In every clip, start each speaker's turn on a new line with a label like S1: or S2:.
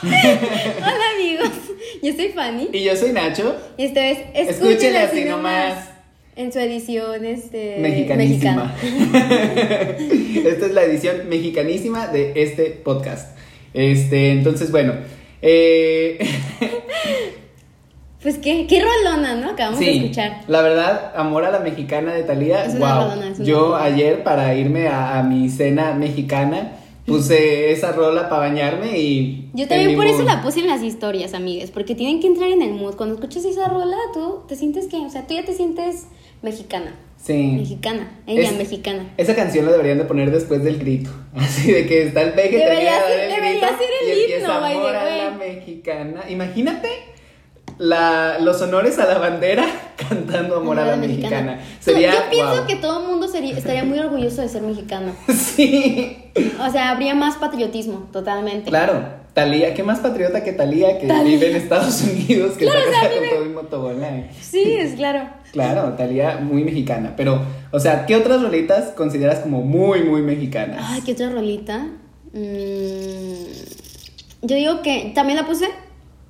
S1: Hola amigos, yo soy Fanny.
S2: Y yo soy Nacho.
S1: Y esto es
S2: Escúchenle
S1: Escúchenla
S2: así nomás.
S1: En su edición este,
S2: Mexicanísima.
S1: mexicana.
S2: Esta es la edición mexicanísima de este podcast. Este, entonces, bueno. eh,
S1: Pues qué, qué rolona, ¿no? Acabamos de
S2: sí,
S1: escuchar.
S2: la verdad, Amor a la Mexicana de Talía.
S1: Es
S2: wow.
S1: una rolona, es una
S2: Yo
S1: rolona.
S2: ayer, para irme a, a mi cena mexicana, puse esa rola para bañarme y.
S1: Yo también
S2: en
S1: por
S2: mi
S1: eso
S2: mood.
S1: la puse en las historias, amigues, porque tienen que entrar en el mood. Cuando escuchas esa rola, tú te sientes que, o sea, tú ya te sientes mexicana.
S2: Sí.
S1: Mexicana, ella
S2: Es-
S1: mexicana.
S2: Esa canción la deberían de poner después del grito. Así de que está el peje
S1: Debería
S2: termina de
S1: ser-
S2: dar
S1: debería
S2: grito
S1: ser el
S2: y
S1: himno,
S2: empieza
S1: by the
S2: amor a la
S1: way.
S2: mexicana. Imagínate la- los honores a la bandera cantando amor a la mexicana.
S1: Tú-
S2: Sería
S1: Yo pienso
S2: guau.
S1: que todo el mundo sería, estaría muy orgulloso de ser mexicano.
S2: sí,
S1: O sea, habría más patriotismo, totalmente.
S2: claro. Talía, qué más patriota que Talía que vive en Estados Unidos, que
S1: Claro,
S2: está
S1: o sea,
S2: casada con
S1: vive-
S2: todo y motobola. eh.
S1: Sí, es claro.
S2: Claro, Talía muy mexicana. Pero, o sea, ¿qué otras rolitas consideras como muy, muy mexicanas?
S1: Ay, qué otra rolita. Mm, yo digo que también la puse.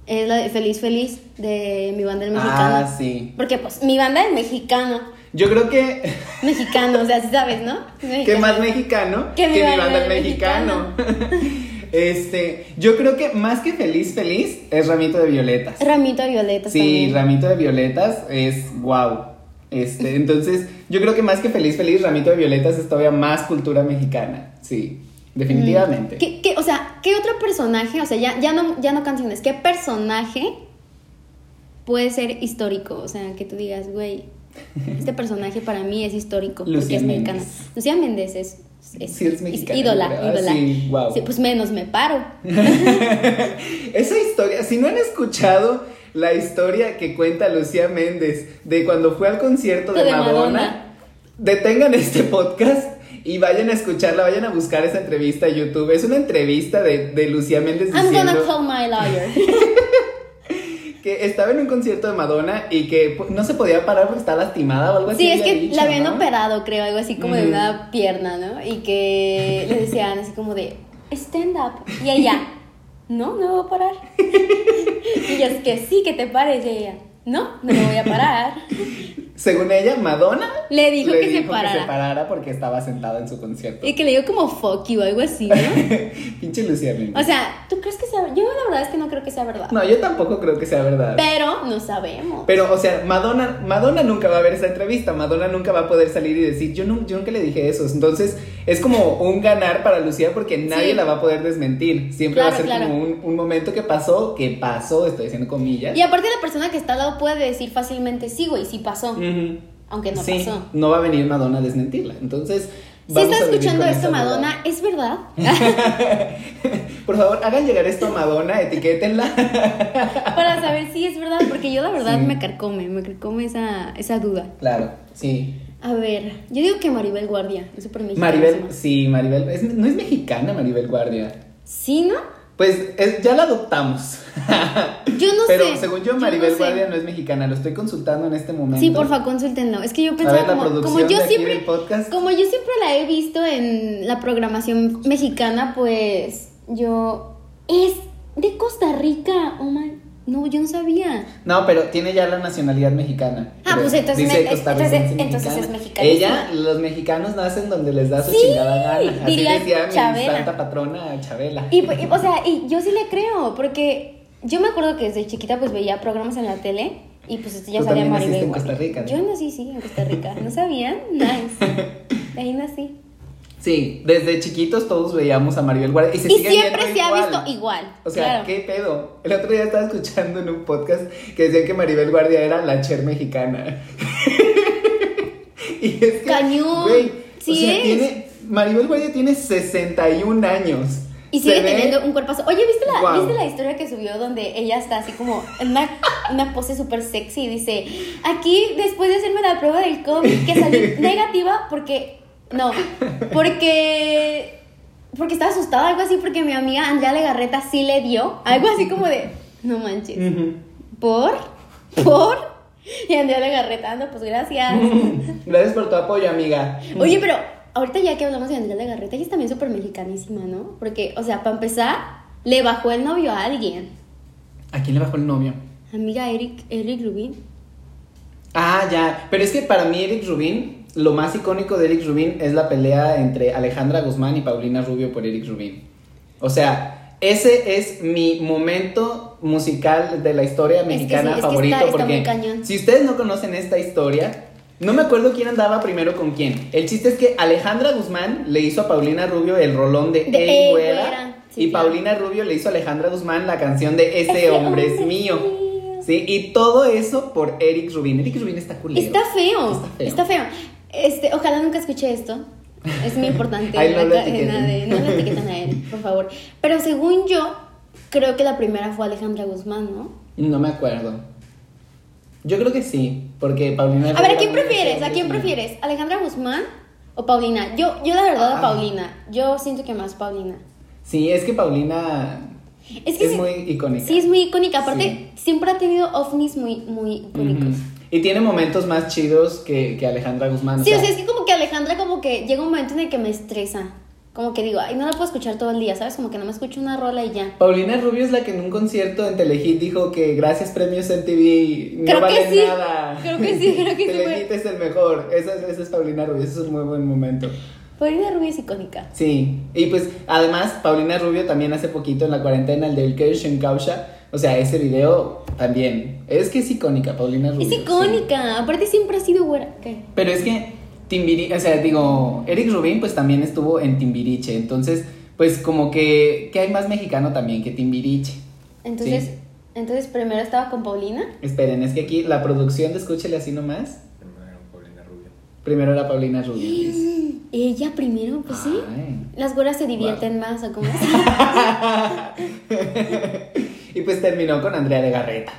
S1: Es la de Feliz Feliz de mi banda el mexicano.
S2: Ah, sí.
S1: Porque pues mi banda es mexicano.
S2: Yo creo que
S1: Mexicano, o sea, sí sabes, ¿no?
S2: ¿Qué
S1: Mexicano.
S2: más mexicano
S1: Que
S2: que
S1: mi
S2: mi
S1: banda
S2: banda el
S1: del
S2: mexicano? este, yo creo que más que feliz, feliz es ramito de violetas.
S1: Ramito de Violeta.
S2: Sí,
S1: también.
S2: ramito de violetas es wow. Este, entonces, yo creo que más que feliz, feliz, ramito de violetas es todavía más cultura mexicana. Sí, definitivamente.
S1: ¿Qué, qué- o sea, ¿qué otro personaje? O sea, ya, ya, no, ya no canciones. ¿Qué personaje puede ser histórico? O sea, que tú digas, güey, este personaje para mí es histórico porque
S2: Lucía
S1: es mexicana.
S2: Méndez.
S1: Lucía Méndez es,
S2: Sí, es mexicana,
S1: ídola,
S2: pero, ah,
S1: ídola.
S2: sí, guau.
S1: pues menos me paro.
S2: Esa historia, si no han escuchado la historia que cuenta Lucía Méndez de cuando fue al concierto de,
S1: De
S2: Madonna,
S1: Madonna.
S2: detengan este podcast y vayan a escucharla, vayan a buscar esa entrevista a YouTube. Es una entrevista de, de Lucía Méndez
S1: I'm gonna
S2: diciendo
S1: call my lawyer.
S2: que estaba en un concierto de Madonna y que pues, no se podía parar porque estaba lastimada o algo así.
S1: Sí, es
S2: había
S1: que
S2: dicho,
S1: la habían
S2: ¿no?
S1: operado, creo, algo así como de
S2: Ujú.
S1: una pierna, ¿no? Y que le decían así como de, stand up. Y ella, no, no me voy a parar. Y ella, es que sí, que te pares. Y ella, no, no me voy a parar.
S2: Según ella, Madonna
S1: Le dijo que se
S2: que
S1: parara.
S2: se parara porque estaba sentada en su concierto.
S1: Y que le digo como fuck you, algo así, ¿no?
S2: Pinche Lucía Méndez.
S1: O sea, ¿tú crees que sea Yo la verdad es que no creo que sea verdad.
S2: no, yo tampoco creo que sea verdad.
S1: Pero no sabemos.
S2: Pero, o sea, Madonna, Madonna nunca va a ver esa entrevista, Madonna nunca va a poder salir y decir, yo, nu- yo nunca le dije eso. Entonces, es como un ganar para Lucía porque nadie
S1: Sí.
S2: la va a poder desmentir. Siempre va a
S1: Claro,
S2: ser
S1: claro.
S2: como un, un momento que pasó, que pasó, estoy haciendo comillas.
S1: Y aparte la persona que está al lado puede decir fácilmente, sí, güey, sí pasó.
S2: Ujú.
S1: Aunque no
S2: Sí,
S1: pasó.
S2: no va a venir Madonna a desmentirla. Entonces,
S1: Si
S2: vamos
S1: está
S2: a vivir
S1: escuchando
S2: con
S1: esto,
S2: esa duda.
S1: Madonna, ¿es verdad?
S2: Por favor, hagan llegar esto a Madonna, etiquétenla.
S1: Para saber si es verdad, porque yo la verdad
S2: Sí.
S1: me carcome, me carcome esa, esa duda.
S2: claro, sí.
S1: A ver, yo digo que Maribel Guardia, es súper mexicana. se me
S2: Maribel,
S1: hace.
S2: sí, Maribel, es- no es mexicana Maribel Guardia.
S1: ¿Sí, no?
S2: Pues es- ya la adoptamos.
S1: Yo no
S2: Pero
S1: sé.
S2: según yo,
S1: no
S2: Maribel
S1: sé.
S2: Guardia no es mexicana, lo estoy consultando en este momento.
S1: Sí, porfa, consúltenlo. Es que yo
S2: A
S1: pensaba
S2: ver, la
S1: como,
S2: producción
S1: como yo
S2: de aquí
S1: siempre
S2: del podcast.
S1: como yo siempre la he visto en la programación mexicana, pues yo es de Costa Rica. Oh my, no, yo no sabía.
S2: No, pero tiene ya la nacionalidad mexicana.
S1: Ah, pues entonces
S2: Dice
S1: me-
S2: costarricense
S1: entonces- entonces es mexicana.
S2: Ella, los mexicanos nacen donde les da su
S1: Sí,
S2: chingada gana. Así
S1: diría
S2: decía mi
S1: Chabela.
S2: santa patrona Chabela.
S1: Y, pues, y, o sea, y yo sí le creo, porque yo me acuerdo que desde chiquita pues veía programas en la tele y pues ya sabía
S2: Tú
S1: Maribel.
S2: también naciste en
S1: Guardia.
S2: Costa Rica, ¿no?
S1: Yo nací, sí, en Costa Rica. ¿No sabían? Nice. De Ahí nací.
S2: Sí, desde chiquitos todos veíamos a Maribel Guardia. Y, se
S1: y
S2: sigue
S1: siempre
S2: viendo
S1: se ha
S2: igual.
S1: visto igual.
S2: O sea,
S1: claro.
S2: ¿qué pedo? El otro día estaba escuchando en un podcast que decían que Maribel Guardia era la Cher mexicana. y es que,
S1: Cañón.
S2: güey,
S1: Sí
S2: o sea,
S1: es.
S2: tiene- Maribel Guardia tiene 61 años.
S1: Y
S2: Se
S1: sigue
S2: ve-
S1: teniendo un cuerpazo. Oye, ¿viste la,
S2: Guau.
S1: ¿viste la historia que subió donde ella está así como en una, una pose súper sexy y dice, aquí después de hacerme la prueba del COVID que salí negativa porque, no, porque, porque estaba asustada, algo así, porque mi amiga Andrea Legarreta sí le dio, algo así como de, no manches,
S2: Ujú.
S1: ¿por? ¿Por? Y Andrea Legarreta, no, pues gracias.
S2: Gracias por tu apoyo, amiga.
S1: Oye, pero ahorita ya que hablamos de Andrea Legarreta, ella es también súper mexicanísima, ¿no? Porque, o sea, para empezar, Le bajó el novio a alguien.
S2: ¿A quién le bajó el novio?
S1: Amiga Eric, Eric Rubin.
S2: Ah, ya. Pero es que para mí Eric Rubin, lo más icónico de Eric Rubin es la pelea entre Alejandra Guzmán y Paulina Rubio por Eric Rubin. O sea, ese es mi momento musical de la historia
S1: que
S2: mexicana
S1: sí, es que
S2: favorito
S1: está- está
S2: porque
S1: muy cañón.
S2: si ustedes no conocen esta historia, no me acuerdo quién andaba primero con quién. El chiste es que Alejandra Guzmán le hizo a Paulina Rubio el rolón de,
S1: De
S2: Ey,
S1: Ey,
S2: güera,
S1: güera. Sí,
S2: y
S1: claro.
S2: Paulina Rubio le hizo a Alejandra Guzmán la canción de Ese,
S1: Ese
S2: hombre, es
S1: hombre es
S2: mío.
S1: mío.
S2: Sí, y todo eso por Eric Rubin. Eric Rubin está culero.
S1: Está feo,
S2: Está
S1: está
S2: feo.
S1: feo. Este, ojalá nunca escuche esto. Es muy importante.
S2: Ay, no
S1: la
S2: lo
S1: cadena
S2: etiqueten.
S1: de- no lo etiquetan a él, por favor. Pero según yo, creo que la primera fue Alejandra Guzmán, ¿no?
S2: No me acuerdo. Yo creo que sí, porque Paulina.
S1: A ver, ¿a quién prefieres? ¿A quién prefieres? ¿Alejandra Guzmán o Paulina? Yo, yo la verdad
S2: Ah.
S1: a Paulina. Yo siento que más Paulina.
S2: Sí, es que Paulina es,
S1: Es que sí-
S2: muy icónica.
S1: Sí, es muy icónica. Aparte,
S2: Sí.
S1: siempre ha tenido ovnis muy, muy icónicos.
S2: Ujú. Y tiene momentos más chidos que, que Alejandra Guzmán.
S1: Sí, o sea, es que como que Alejandra como que llega un momento en el que me estresa. Como que digo, ay, no la puedo escuchar todo el día, ¿sabes? Como que no me escucho una rola y ya.
S2: Paulina Rubio es la que en un concierto en Telehit dijo que gracias premios en TV no
S1: Creo que
S2: valen
S1: sí.
S2: nada.
S1: Creo que sí, creo que sí fue.
S2: Telehit es el mejor. Esa es, esa es Paulina Rubio, ese es un muy buen momento.
S1: Paulina Rubio es icónica.
S2: Sí, y pues además Paulina Rubio también hace poquito en la cuarentena el del Kirchen Kausha, o sea, ese video también. Es que es icónica Paulina
S1: Es
S2: Rubio. sí.
S1: icónica, aparte siempre ha sido güera. ¿Qué?
S2: Pero es que Timbiri, o sea, digo, Eric Rubin pues también estuvo en Timbiriche, entonces pues como que que hay más mexicano también que Timbiriche.
S1: Entonces,
S2: Sí.
S1: entonces primero estaba con Paulina.
S2: Esperen, es que aquí la producción de escúchele así nomás.
S3: Primero era Paulina Rubio.
S2: Primero era Paulina Rubio.
S1: Ella primero, pues sí.
S2: Ay.
S1: Las güeras se divierten más, ¿o cómo es?
S2: Y pues terminó con Andrea de Garreta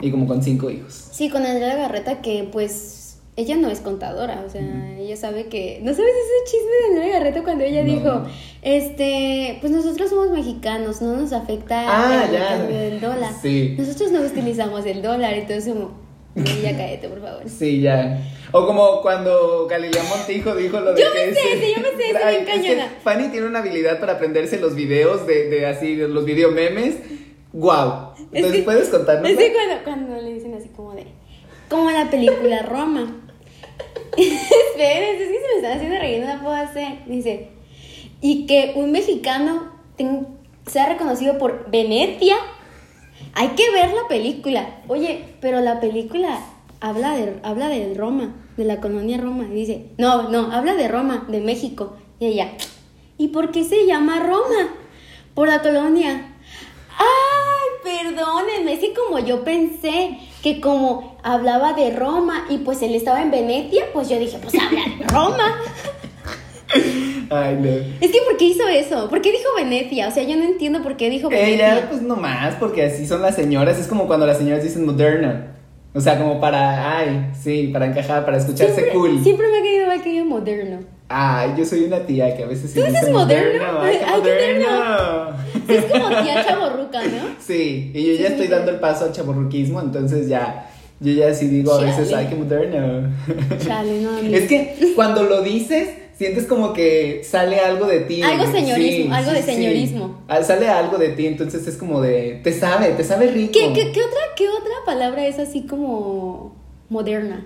S2: y como con cinco hijos.
S1: Sí, con Andrea Garreta que pues ella no es contadora, o sea, ella sabe que... ¿No sabes ese chisme de Andrea Garreta cuando ella
S2: No.
S1: dijo, este, pues nosotros somos mexicanos, no nos afecta
S2: Ah,
S1: el
S2: ya.
S1: cambio del dólar.
S2: Sí.
S1: Nosotros no utilizamos el dólar, entonces como... Ella cállate, por favor.
S2: Sí, ya. O como cuando Galilea Montijo dijo lo de
S1: Yo
S2: que
S1: me sé
S2: ese-
S1: ese, yo me sé ese, bien
S2: Ay, es
S1: cañona.
S2: que Fanny tiene una habilidad para aprenderse los videos de, de así, de los video memes. Guau.
S1: Es
S2: Entonces,
S1: que-
S2: ¿puedes contarnos?
S1: Es que cuando, cuando le dicen así como de... Como la película Roma. Esperen, es que se me están haciendo reír, no la puedo hacer. Dice, y que un mexicano ten- sea reconocido por Venecia, hay que ver la película. Oye, pero la película habla de, habla de Roma, de la colonia Roma. Y dice, no, no, habla de Roma, de México. Y ella, ¿y por qué se llama Roma? Por la colonia. Ay, perdónenme, es que como yo pensé que como hablaba de Roma y pues él estaba en Venecia, pues yo dije, pues habla de Roma.
S2: Ay, no.
S1: Es que ¿por qué hizo eso? ¿Por qué dijo Venecia? O sea, yo no entiendo por qué dijo Venecia.
S2: Ella, pues nomás, porque así son las señoras. Es como cuando las señoras dicen Moderna. O sea, como para, ay, sí, para encajar, para escucharse
S1: siempre,
S2: cool.
S1: siempre me ha caído mal que diga moderno.
S2: Ay, yo soy una tía que a veces sí
S1: ¿Tú
S2: dice
S1: dices moderno?
S2: Ay, qué
S1: Ay, qué tierno.
S2: moderno.
S1: Sí, es como tía chaborruca, ¿no?
S2: Sí, y yo ya
S1: Sí,
S2: estoy
S1: sí.
S2: dando el paso al chaburruquismo, entonces ya, yo ya sí digo a veces,
S1: Chale.
S2: ay, qué moderno.
S1: Chale, no, amigo.
S2: es que cuando lo dices, sientes como que sale algo de ti.
S1: Algo
S2: Sí,
S1: señorismo, algo de
S2: sí.
S1: señorismo.
S2: Ah, Sale algo de ti, entonces es como de, te sabe, te sabe rico.
S1: ¿Qué, qué, qué otra, ¿Qué otra palabra es así como moderna?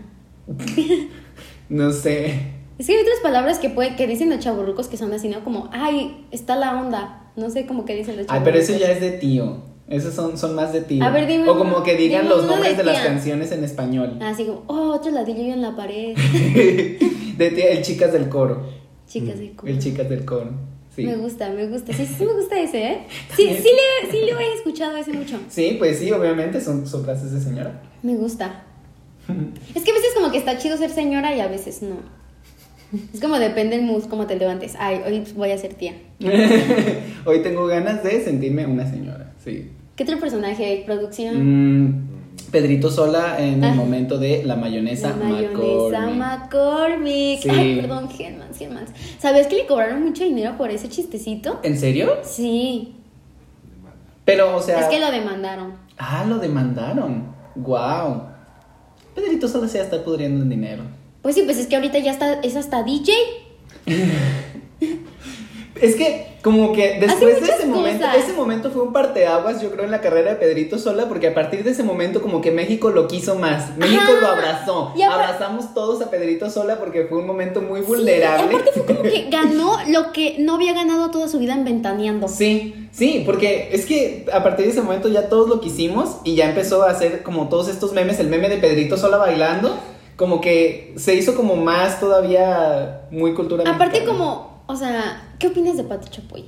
S2: No sé.
S1: Es que hay otras palabras que puede, que dicen los chaburrucos que son así, ¿no? Como, ay, está la onda. No sé cómo que dicen los
S2: Ay,
S1: chaburrucos.
S2: Ah, pero eso ya es de tío. Esos son, son más de tío.
S1: A ver, dime
S2: o
S1: uno,
S2: como que digan
S1: dime
S2: los
S1: uno de
S2: nombres de, las
S1: tía.
S2: canciones en español.
S1: Así como, oh, otro ladrillo en la pared.
S2: de tía, el chicas del coro.
S1: Chicas de culo.
S2: Mm, El chicas del coro. Sí.
S1: Me gusta, me gusta. Sí, sí, me gusta ese, ¿eh? Sí, sí, le, sí lo he escuchado ese mucho.
S2: Sí, pues sí, obviamente son, son frases de señora.
S1: Me gusta. Es que a veces como que está chido ser señora y a veces no. Es como depende el mood, cómo te levantes. Ay, hoy voy a ser tía.
S2: Hoy tengo ganas de sentirme una señora, sí.
S1: ¿Qué otro personaje hay? Producción.
S2: Mm, Pedrito Sola en el
S1: Ah.
S2: momento de la mayonesa,
S1: La mayonesa
S2: McCormick.
S1: McCormick.
S2: Sí.
S1: Ay, perdón, Helmans, Helmans. ¿Sabías que le cobraron mucho dinero por ese chistecito?
S2: ¿En serio?
S1: Sí.
S2: Pero, o sea...
S1: Es que lo demandaron.
S2: Ah, lo demandaron. Wow. Pedrito Sola se está pudriendo en dinero.
S1: Pues sí, pues es que ahorita ya está, es hasta DJ.
S2: Es que como que después de
S1: muchas
S2: ese momento,
S1: cosas.
S2: ese momento fue un parteaguas, yo creo, en la carrera de Pedrito Sola, porque a partir de ese momento como que México lo quiso más, México
S1: Ajá.
S2: lo abrazó,
S1: Y apar-
S2: abrazamos todos a Pedrito Sola porque fue un momento muy
S1: Sí,
S2: vulnerable.
S1: aparte fue como que ganó lo que no había ganado toda su vida en Ventaneando.
S2: Sí, sí, porque es que a partir de ese momento ya todos lo quisimos y ya empezó a hacer como todos estos memes, el meme de Pedrito Sola bailando, como que se hizo como más todavía muy cultura
S1: Aparte
S2: mexicana.
S1: como, o sea, ¿qué opinas de Pato Chapoy?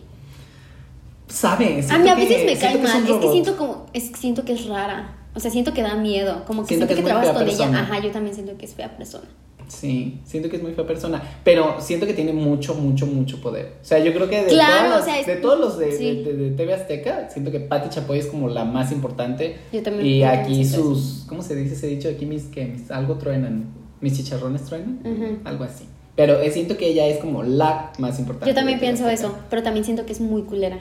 S2: sabe,
S1: A
S2: siento
S1: mí a
S2: que-
S1: veces me cae
S2: siento es
S1: mal,
S2: un
S1: es, que
S2: robot.
S1: siento como, es que siento que es rara. O sea, siento que da miedo, como que
S2: Siento
S1: siento,
S2: que
S1: que,
S2: es muy
S1: trabajas
S2: fea
S1: con
S2: persona.
S1: ella. Ajá, yo también siento que es fea persona.
S2: Sí, siento que es muy fea persona, pero siento que tiene mucho, mucho, mucho poder. O sea, yo creo que de,
S1: Claro,
S2: todas las-
S1: o sea, es-
S2: de todos los de,
S1: sí.
S2: de- de- de TV Azteca, siento que Pati Chapoy es como la más importante.
S1: Yo también.
S2: Y
S1: también
S2: aquí
S1: siento eso.
S2: sus, ¿cómo se dice ese dicho? Aquí mis, que mis, algo truenan, mis chicharrones truenan,
S1: Ujú.
S2: algo así. Pero eh, siento que ella es como la más importante.
S1: Yo también
S2: de TV
S1: pienso
S2: Azteca.
S1: eso, pero también siento que es muy culera.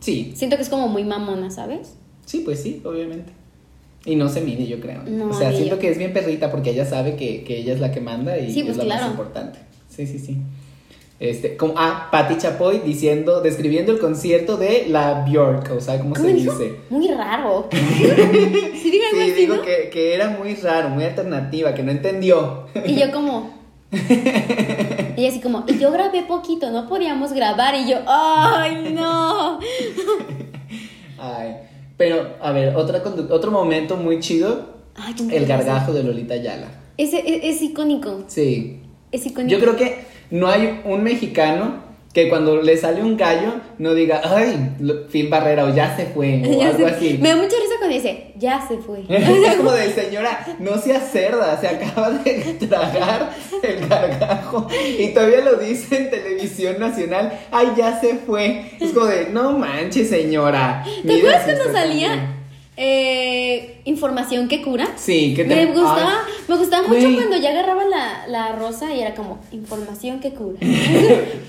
S2: Sí,
S1: Siento que es como muy mamona, ¿sabes?
S2: sí, pues sí, obviamente. Y no se mide, yo creo.
S1: No,
S2: o sea,
S1: ni
S2: siento
S1: yo.
S2: que es bien perrita porque ella sabe que, que ella es la que manda y
S1: Sí,
S2: es
S1: pues,
S2: la más
S1: claro.
S2: importante. Sí, sí, sí. Este, como, ah, Patti Chapoy diciendo, describiendo el concierto de la Bjork, o sea, ¿cómo,
S1: ¿Cómo
S2: se
S1: dijo?
S2: dice?
S1: Muy raro. sí, digo algo
S2: Sí,
S1: así,
S2: digo
S1: ¿no?
S2: que, que era muy raro, muy alternativa, que no entendió.
S1: Y yo como... Y así como, y yo grabé poquito, no podíamos grabar. Y yo, ¡ay, no!
S2: Ay, pero, a ver, otra condu- otro momento muy chido,
S1: Ay, ¿cómo
S2: el
S1: que pasa?
S2: gargajo de Lolita Ayala.
S1: Ese e, es, es icónico.
S2: Sí,
S1: Es icónico.
S2: Yo creo que no hay un mexicano que cuando le sale un gallo no diga, ay, lo- Phil Barrera o ya se fue o
S1: Ya
S2: algo
S1: se-
S2: así.
S1: Me da mucha risa cuando dice, ya se fue.
S2: Es como de señora, no sea cerda, se acaba de tragar el gargajo y todavía lo dice en televisión nacional, ay, ya se fue. Es como de, no manches, señora.
S1: ¿Te acuerdas cuando
S2: salían?
S1: salía eh, información que cura?
S2: Sí, que te
S1: Me gustaba,
S2: ay,
S1: me gustaba
S2: Güey.
S1: mucho cuando ya agarraba la, la rosa y era como, información que cura.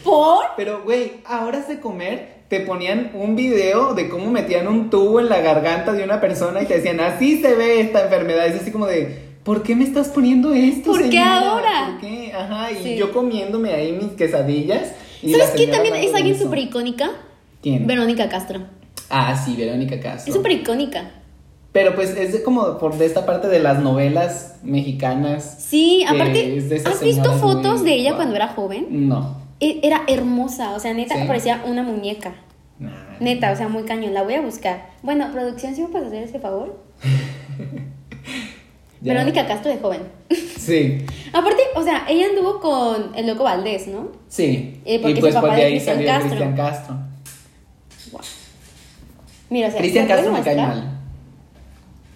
S1: ¿Por?
S2: Pero, güey, a horas de comer te ponían un video de cómo metían un tubo en la garganta de una persona y te decían, así se ve esta enfermedad. Es así como de, ¿por qué me estás poniendo esto?
S1: ¿Por qué
S2: señora?
S1: ahora?
S2: ¿Por qué? Ajá, y
S1: Sí.
S2: yo comiéndome ahí mis quesadillas. y la
S1: ¿Sabes qué?
S2: señora
S1: También
S2: hablando
S1: es
S2: de
S1: alguien
S2: eso.
S1: súper icónica.
S2: ¿Quién?
S1: Verónica Castro.
S2: Ah, sí, Verónica Castro.
S1: Es súper icónica.
S2: Pero pues es de como por de esta parte de las novelas mexicanas.
S1: Sí,
S2: Que
S1: aparte,
S2: es de esas
S1: ¿has visto
S2: señoras
S1: fotos
S2: muy
S1: de ella
S2: guapas.
S1: cuando era joven?
S2: No.
S1: E- Era hermosa, o sea, neta,
S2: Sí.
S1: parecía una muñeca.
S2: Nah.
S1: Neta, o sea, muy cañón. La voy a buscar. Bueno, producción, si me puedes hacer ese favor.
S2: Ya.
S1: Verónica Castro de joven.
S2: Sí,
S1: Aparte, o sea, ella anduvo con el loco Valdés, ¿no?
S2: sí.
S1: Eh, porque
S2: y
S1: es
S2: pues
S1: el papá
S2: por
S1: de
S2: ahí
S1: Cristian
S2: salió
S1: Castro.
S2: Cristian Castro.
S1: Guau. Mira, o sea,
S2: Cristian
S1: ¿la puedes
S2: Castro me cae
S1: mostrar?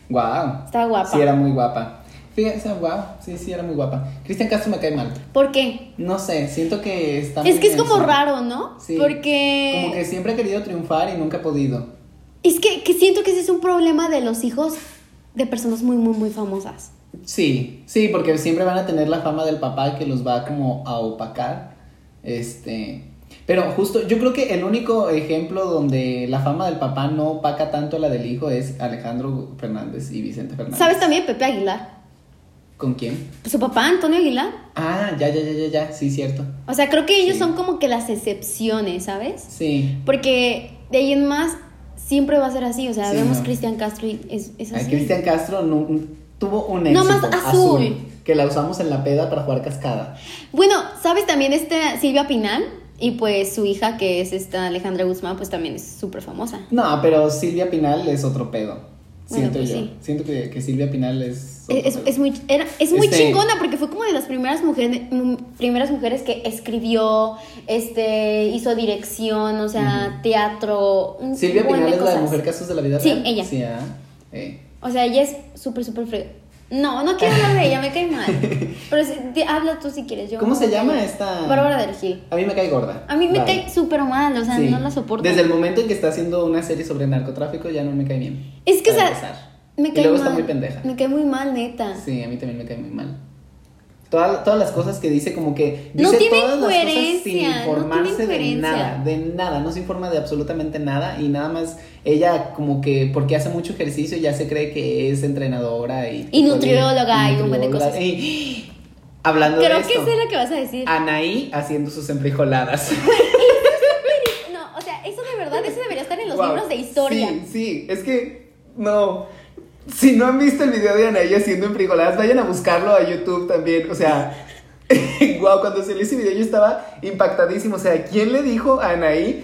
S2: mal. Wow.
S1: Estaba guapa.
S2: Sí, era muy guapa. Fíjense, wow. Sí, sí, era muy guapa. Cristian Castro me cae mal.
S1: ¿Por qué?
S2: No sé, siento que está.
S1: es
S2: muy
S1: que es como
S2: menso.
S1: raro, ¿no?
S2: Sí.
S1: Porque.
S2: Como que siempre ha querido triunfar y nunca ha podido.
S1: Es que, que siento que ese es un problema de los hijos de personas muy, muy, muy famosas.
S2: Sí, sí, porque siempre van a tener la fama del papá que los va como a opacar. Este. Pero justo, yo creo que el único ejemplo donde la fama del papá no opaca tanto la del hijo es Alejandro Fernández y Vicente Fernández.
S1: ¿Sabes también Pepe Aguilar?
S2: ¿Con quién?
S1: Su papá, Antonio Aguilar.
S2: Ah, ya, ya, ya, ya, ya, sí, cierto.
S1: O sea, creo que ellos
S2: Sí.
S1: son como que las excepciones, ¿sabes?
S2: Sí.
S1: Porque de ahí en más siempre va a ser así. O sea,
S2: Sí,
S1: vemos
S2: no.
S1: Cristian Castro y es, es
S2: Ay,
S1: así.
S2: Cristian Castro no- n- tuvo un
S1: No,
S2: éxito
S1: más azul.
S2: que la usamos en la peda para jugar cascada.
S1: Bueno, ¿sabes también esta Silvia Pinal? Y pues su hija, que es esta Alejandra Guzmán, pues también es súper famosa.
S2: No, pero Silvia Pinal es otro pedo. Siento
S1: pues
S2: yo.
S1: sí.
S2: Siento que, que Silvia Pinal es. otro
S1: Es, es-
S2: pedo.
S1: es muy, era- es muy
S2: Este-
S1: chingona porque fue como de las primeras mujeres, mm, primeras mujeres que escribió, este, hizo dirección, o sea, teatro. un
S2: Silvia
S1: buen
S2: Pinal es la de
S1: cosas.
S2: Mujer Casos de la Vida
S1: Sí,
S2: Real.
S1: ella.
S2: Sí, ah, eh.
S1: O sea, ella es súper, súper fre- No, no quiero hablar de ella, me cae mal. Pero es- di- habla tú si quieres. Yo
S2: ¿Cómo se llama esta?
S1: Bárbara del Gil.
S2: A mí me cae gorda.
S1: A mí me
S2: Vale.
S1: cae súper mal, o sea,
S2: Sí.
S1: no la soporto.
S2: Desde el momento en que está haciendo una serie sobre narcotráfico ya no me cae bien.
S1: Es que, o
S2: Para
S1: sea,
S2: empezar.
S1: Me
S2: Y
S1: cae
S2: luego
S1: mal.
S2: está muy pendeja.
S1: Me cae muy mal, neta.
S2: Sí, a mí también me cae muy mal. Toda- todas las cosas que dice, como que dice
S1: No tiene
S2: todas las cosas sin
S1: coherencia, no
S2: informarse
S1: tiene
S2: de
S1: coherencia.
S2: nada, de nada, no se informa de absolutamente nada y nada más ella como que porque hace mucho ejercicio ya se cree que es entrenadora y
S1: Y nutrióloga y un buen de
S2: nutrióloga,
S1: cosas.
S2: y- hablando
S1: Creo
S2: de
S1: que
S2: esto, Ah.
S1: sé lo que vas a decir.
S2: Anaí haciendo sus enfrijoladas.
S1: historia.
S2: Sí, sí, es que no. Si no han visto el video de Anaí haciendo enfrijoladas, vayan a buscarlo a YouTube también. O sea, wow, cuando se ese video yo estaba impactadísimo. O sea, ¿quién le dijo a Anaí?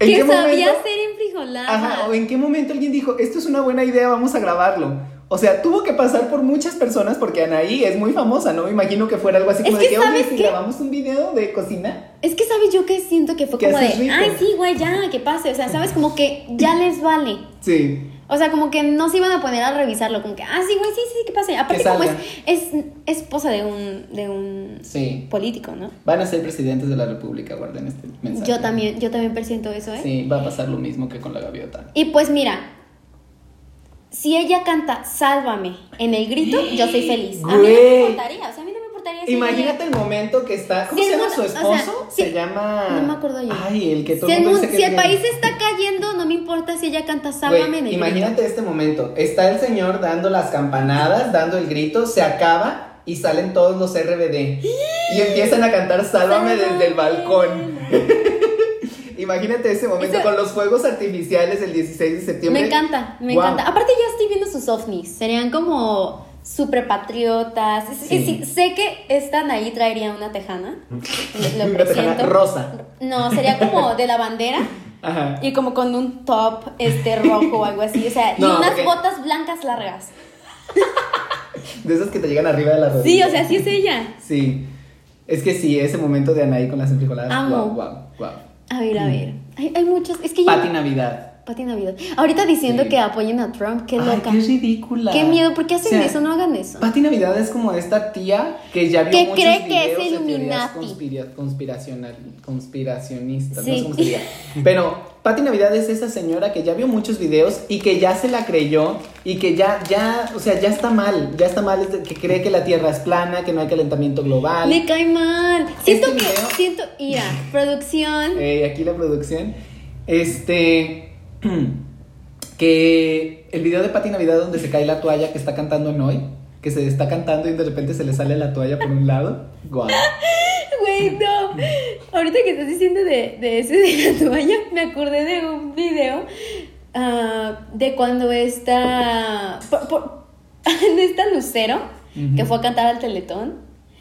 S2: ¿En
S1: que
S2: qué
S1: sabía
S2: momento?
S1: hacer enfrijoladas.
S2: Ajá, o en qué momento alguien dijo, esto es una buena idea, vamos a grabarlo. O sea, tuvo que pasar por muchas personas porque Anaí es muy famosa, ¿no? Me imagino que fuera algo así
S1: Es
S2: como
S1: que
S2: de que, oye,
S1: ¿sabes
S2: si
S1: qué?
S2: grabamos un video de cocina.
S1: Es que, ¿sabes yo que siento que fue
S2: Que
S1: como de,
S2: haces rico.
S1: ay, sí, güey, ya, que pase? O sea, ¿sabes? Como que ya les vale.
S2: Sí.
S1: O sea, como que no se iban a poner a revisarlo, como que, ah, sí, güey, sí, sí, que pase. Aparte,
S2: Que
S1: como es,
S2: salga.
S1: es esposa de un, de un
S2: Sí.
S1: político, ¿no?
S2: Van a ser presidentes de la República, guarden este mensaje.
S1: Yo también, yo también presiento eso, ¿eh?
S2: Sí, va a pasar lo mismo que con la gaviota.
S1: Y pues mira, si ella canta Sálvame en el grito, yo soy feliz. A mí no me
S2: Güey.
S1: importaría, o sea, a mí no me importaría si
S2: Imagínate el momento que está. ¿Cómo
S1: Si
S2: se
S1: el
S2: llama
S1: mundo-
S2: su
S1: o
S2: esposo?
S1: sea, si-
S2: se llama.
S1: no me acuerdo yo.
S2: Ay, el que todo
S1: si el,
S2: mundo
S1: mundo-
S2: dice que
S1: si el
S2: es gay.
S1: país está cayendo, no me importa si ella canta
S2: Güey,
S1: Sálvame en el grito.
S2: imagínate este momento. Está el señor dando las campanadas, dando el grito, se acaba y salen todos los RBD. Y empiezan a cantar Sálvame desde el balcón. Imagínate ese momento
S1: Eso-
S2: con los fuegos artificiales el 16 de septiembre.
S1: Me encanta, me
S2: Guau.
S1: encanta. Aparte ya estoy viendo sus ovnis, serían como super patriotas. Es- es-
S2: Sí.
S1: sí, sé que esta ahí traería una tejana. Lo, lo
S2: Una tejana
S1: presiento.
S2: rosa.
S1: No, sería como de la bandera
S2: Ajá.
S1: y como con un top este rojo o algo así, o sea, y
S2: No,
S1: unas
S2: porque-
S1: botas blancas largas.
S2: De esas que te llegan arriba de la rodilla.
S1: Sí, o sea, sí es ella.
S2: Sí. Es que sí, ese momento de Anaí con las enfrijoladas.
S1: Amo.
S2: Wow, wow, wow.
S1: A ver, a
S2: Mm.
S1: ver. Hay, hay muchos, es que yo
S2: Pati Navidad.
S1: Pati Navidad. Ahorita diciendo
S2: Sí.
S1: que apoyen a Trump, qué
S2: Ay,
S1: loca.
S2: qué ridícula.
S1: Qué miedo, ¿por qué hacen
S2: O sea,
S1: eso? No hagan eso.
S2: Pati Navidad es como esta tía que ya vio
S1: Que
S2: muchos
S1: cree que es
S2: videos de teorías
S1: Illuminati.
S2: conspira- conspiracional, conspiracionistas, no
S1: Sí.
S2: sé cómo se diga. Pero Pati Navidad es esa señora que ya vio muchos videos y que ya se la creyó y que ya, ya, o sea, ya está mal, ya está mal, es de que cree que la Tierra es plana, que no hay calentamiento global.
S1: Me cae mal. Siento
S2: Este
S1: que.
S2: video-
S1: Siento. Mira, producción.
S2: Eh, aquí la producción. Este. Que el video de Pati Navidad donde se cae la toalla que está cantando en hoy. Que se está cantando y de repente se le sale la toalla por un lado. Guau.
S1: Güey, no. Ahorita que estás diciendo de, de ese de la toalla, me acordé de un video ah, de cuando está. Por, por- de esta Lucero,
S2: Ujú.
S1: que fue a cantar al Teletón.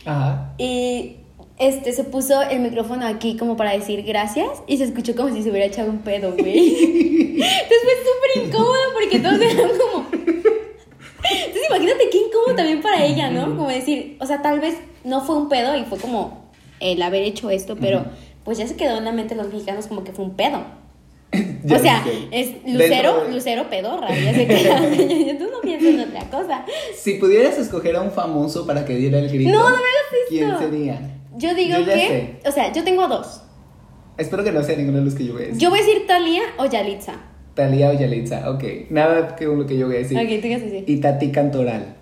S2: Ajá.
S1: Y este se puso el micrófono aquí como para decir gracias y se escuchó como si se hubiera echado un pedo, güey. Entonces fue súper incómodo porque todos eran como. Entonces imagínate qué incómodo también para ella, ¿no? Como decir, o sea, tal vez no fue un pedo y fue como el haber hecho esto, pero
S2: Ujú.
S1: pues ya se quedó en la mente de los mexicanos como que fue un pedo.
S2: Ya
S1: o sea,
S2: dije.
S1: es
S2: Dentro
S1: Lucero,
S2: de-
S1: Lucero pedorra, ya se queda. Tú no piensas en otra cosa.
S2: Si pudieras escoger a un famoso para que diera el grito.
S1: No, no me hagas esto.
S2: ¿Quién sería?
S1: Yo digo
S2: Yo ya
S1: que, o sea, yo tengo dos.
S2: Espero que no sea ninguno de los que yo voy a decir.
S1: Yo voy a decir Talia o Yalitza.
S2: Talía o Yalitza. Ok. Nada que lo que yo voy a decir.
S1: Ok, tú qué vas a decir?
S2: Itatí Cantoral.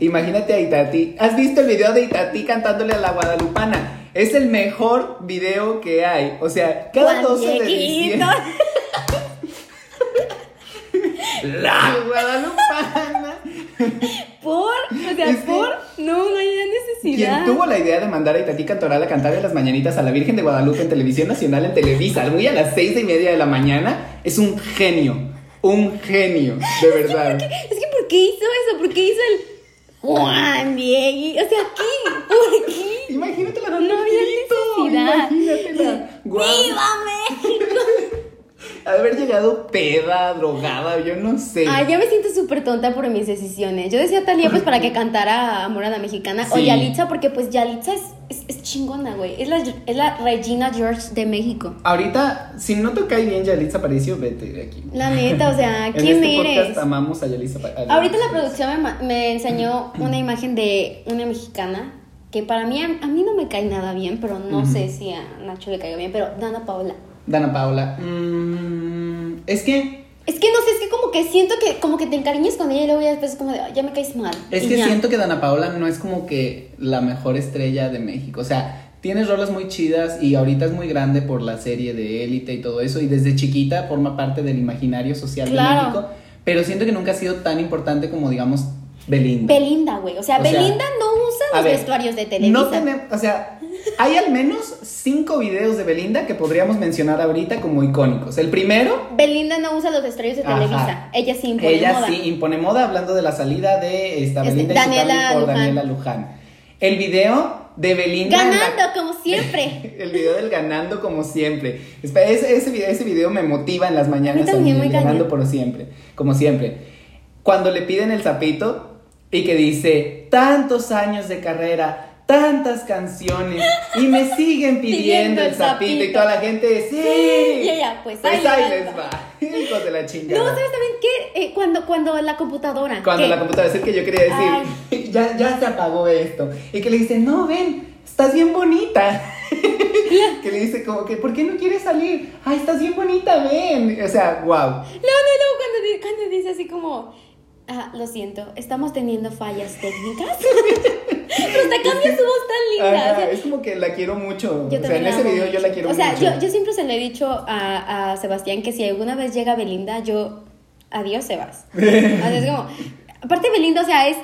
S2: Imagínate a Itatí. ¿Has visto el video de Itatí cantándole a la guadalupana? Es el mejor video que hay. O sea, cada 12 de diciembre.
S1: Juanquito.
S2: La guadalupana.
S1: ¿Por? O sea,
S2: Es que-
S1: ¿por? No, no hay necesidad.
S2: Quien tuvo la idea de mandar a Itatí Cantoral a cantarle las mañanitas a la Virgen de Guadalupe en Televisión Nacional en Televisa, muy a las seis y media de la mañana, es un genio. Un genio, de verdad.
S1: Es que ¿por qué hizo eso? ¿Por qué hizo el Juan Diego? O sea, ¿qué? ¿Por qué?
S2: Imagínatela
S1: No
S2: dando el
S1: había
S2: grito.
S1: necesidad.
S2: Imagínatela. Guau.
S1: ¡Viva México!
S2: Haber llegado peda, drogada, yo no sé.
S1: Ay, ya me siento súper tonta por mis decisiones. Yo decía Talía pues para que cantara Amor a la Mexicana o
S2: Sí.
S1: Yalitza porque pues Yalitza es, es, es chingona, güey. Es la, es la Regina George de México.
S2: Ahorita, si no te cae bien Yalitza Aparicio, vete de aquí.
S1: La neta, o sea,
S2: en
S1: ¿quién
S2: este
S1: eres?
S2: podcast amamos a Yalitza Aparicio.
S1: Ahorita la producción me, ma- me enseñó una imagen de una mexicana que para mí, a, a mí no me cae nada bien, pero no
S2: Ujú.
S1: sé si a Nacho le cayó bien, pero Dana Paola.
S2: Dana Paula. mm, es que,
S1: Es que no sé, es que como que siento que como que te encariñas con ella y luego ya después es como de, "Ay, ya me caes mal.
S2: es
S1: y
S2: que
S1: ya.
S2: siento que Dana Paula no es como que la mejor estrella de México. O sea, tienes rolas muy chidas y ahorita es muy grande por la serie de Élite y todo eso. Y desde chiquita forma parte del imaginario social
S1: Claro.
S2: de México. Pero siento que nunca ha sido tan importante como, digamos, Belinda.
S1: Belinda, güey. O sea,
S2: O sea-
S1: Belinda no usa en los
S2: ver,
S1: vestuarios de Televisa.
S2: No tenemos, o sea, hay al menos cinco videos de Belinda que podríamos mencionar ahorita como icónicos. El primero,
S1: Belinda no usa los vestuarios de
S2: Ajá.
S1: Televisa. Ella sí impone
S2: ella
S1: moda.
S2: sí impone moda hablando de la salida de esta
S1: Este,
S2: Belinda y su
S1: Daniela
S2: cambio por
S1: Luján.
S2: Daniela Luján. El video de Belinda en la-
S1: Ganando, como siempre.
S2: El video del ganando como siempre. Espe- Ese, ese, video, ese video me motiva en las mañanas.
S1: A mí también,
S2: a mí,
S1: muy
S2: ganando
S1: cañón.
S2: por siempre. Como siempre. Cuando le piden el zapito y que dice, tantos años de carrera, tantas canciones y me siguen pidiendo
S1: Pidiendo
S2: el
S1: el
S2: zapito. y
S1: zapito.
S2: toda la gente, sí.
S1: Sí, y ella, pues, ahí
S2: ahí
S1: les
S2: les
S1: va".
S2: va. Hijos de la chingada.
S1: No, ¿sabes también qué? Eh, cuando, cuando la computadora.
S2: Cuando
S1: que-
S2: la computadora es que yo quería decir, ya, ya se apagó esto. Y que le dice, no, ven, estás bien bonita. que le dice como que, ¿por qué no quieres salir? Ay, estás bien bonita, ven. O sea, wow.
S1: No, no, no, cuando, di- cuando dice así como, ah, lo siento, estamos teniendo fallas técnicas. Pero hasta cambia su voz tan linda. o sea,
S2: es como que la quiero mucho.
S1: yo
S2: o sea,
S1: también
S2: en
S1: la
S2: ese
S1: amo
S2: video yo
S1: mucho.
S2: la quiero
S1: O sea,
S2: mucho.
S1: yo, yo siempre se le he dicho a, a Sebastián que si alguna vez llega Belinda, yo, adiós, Sebas. O sea, es como, aparte Belinda, o sea, es,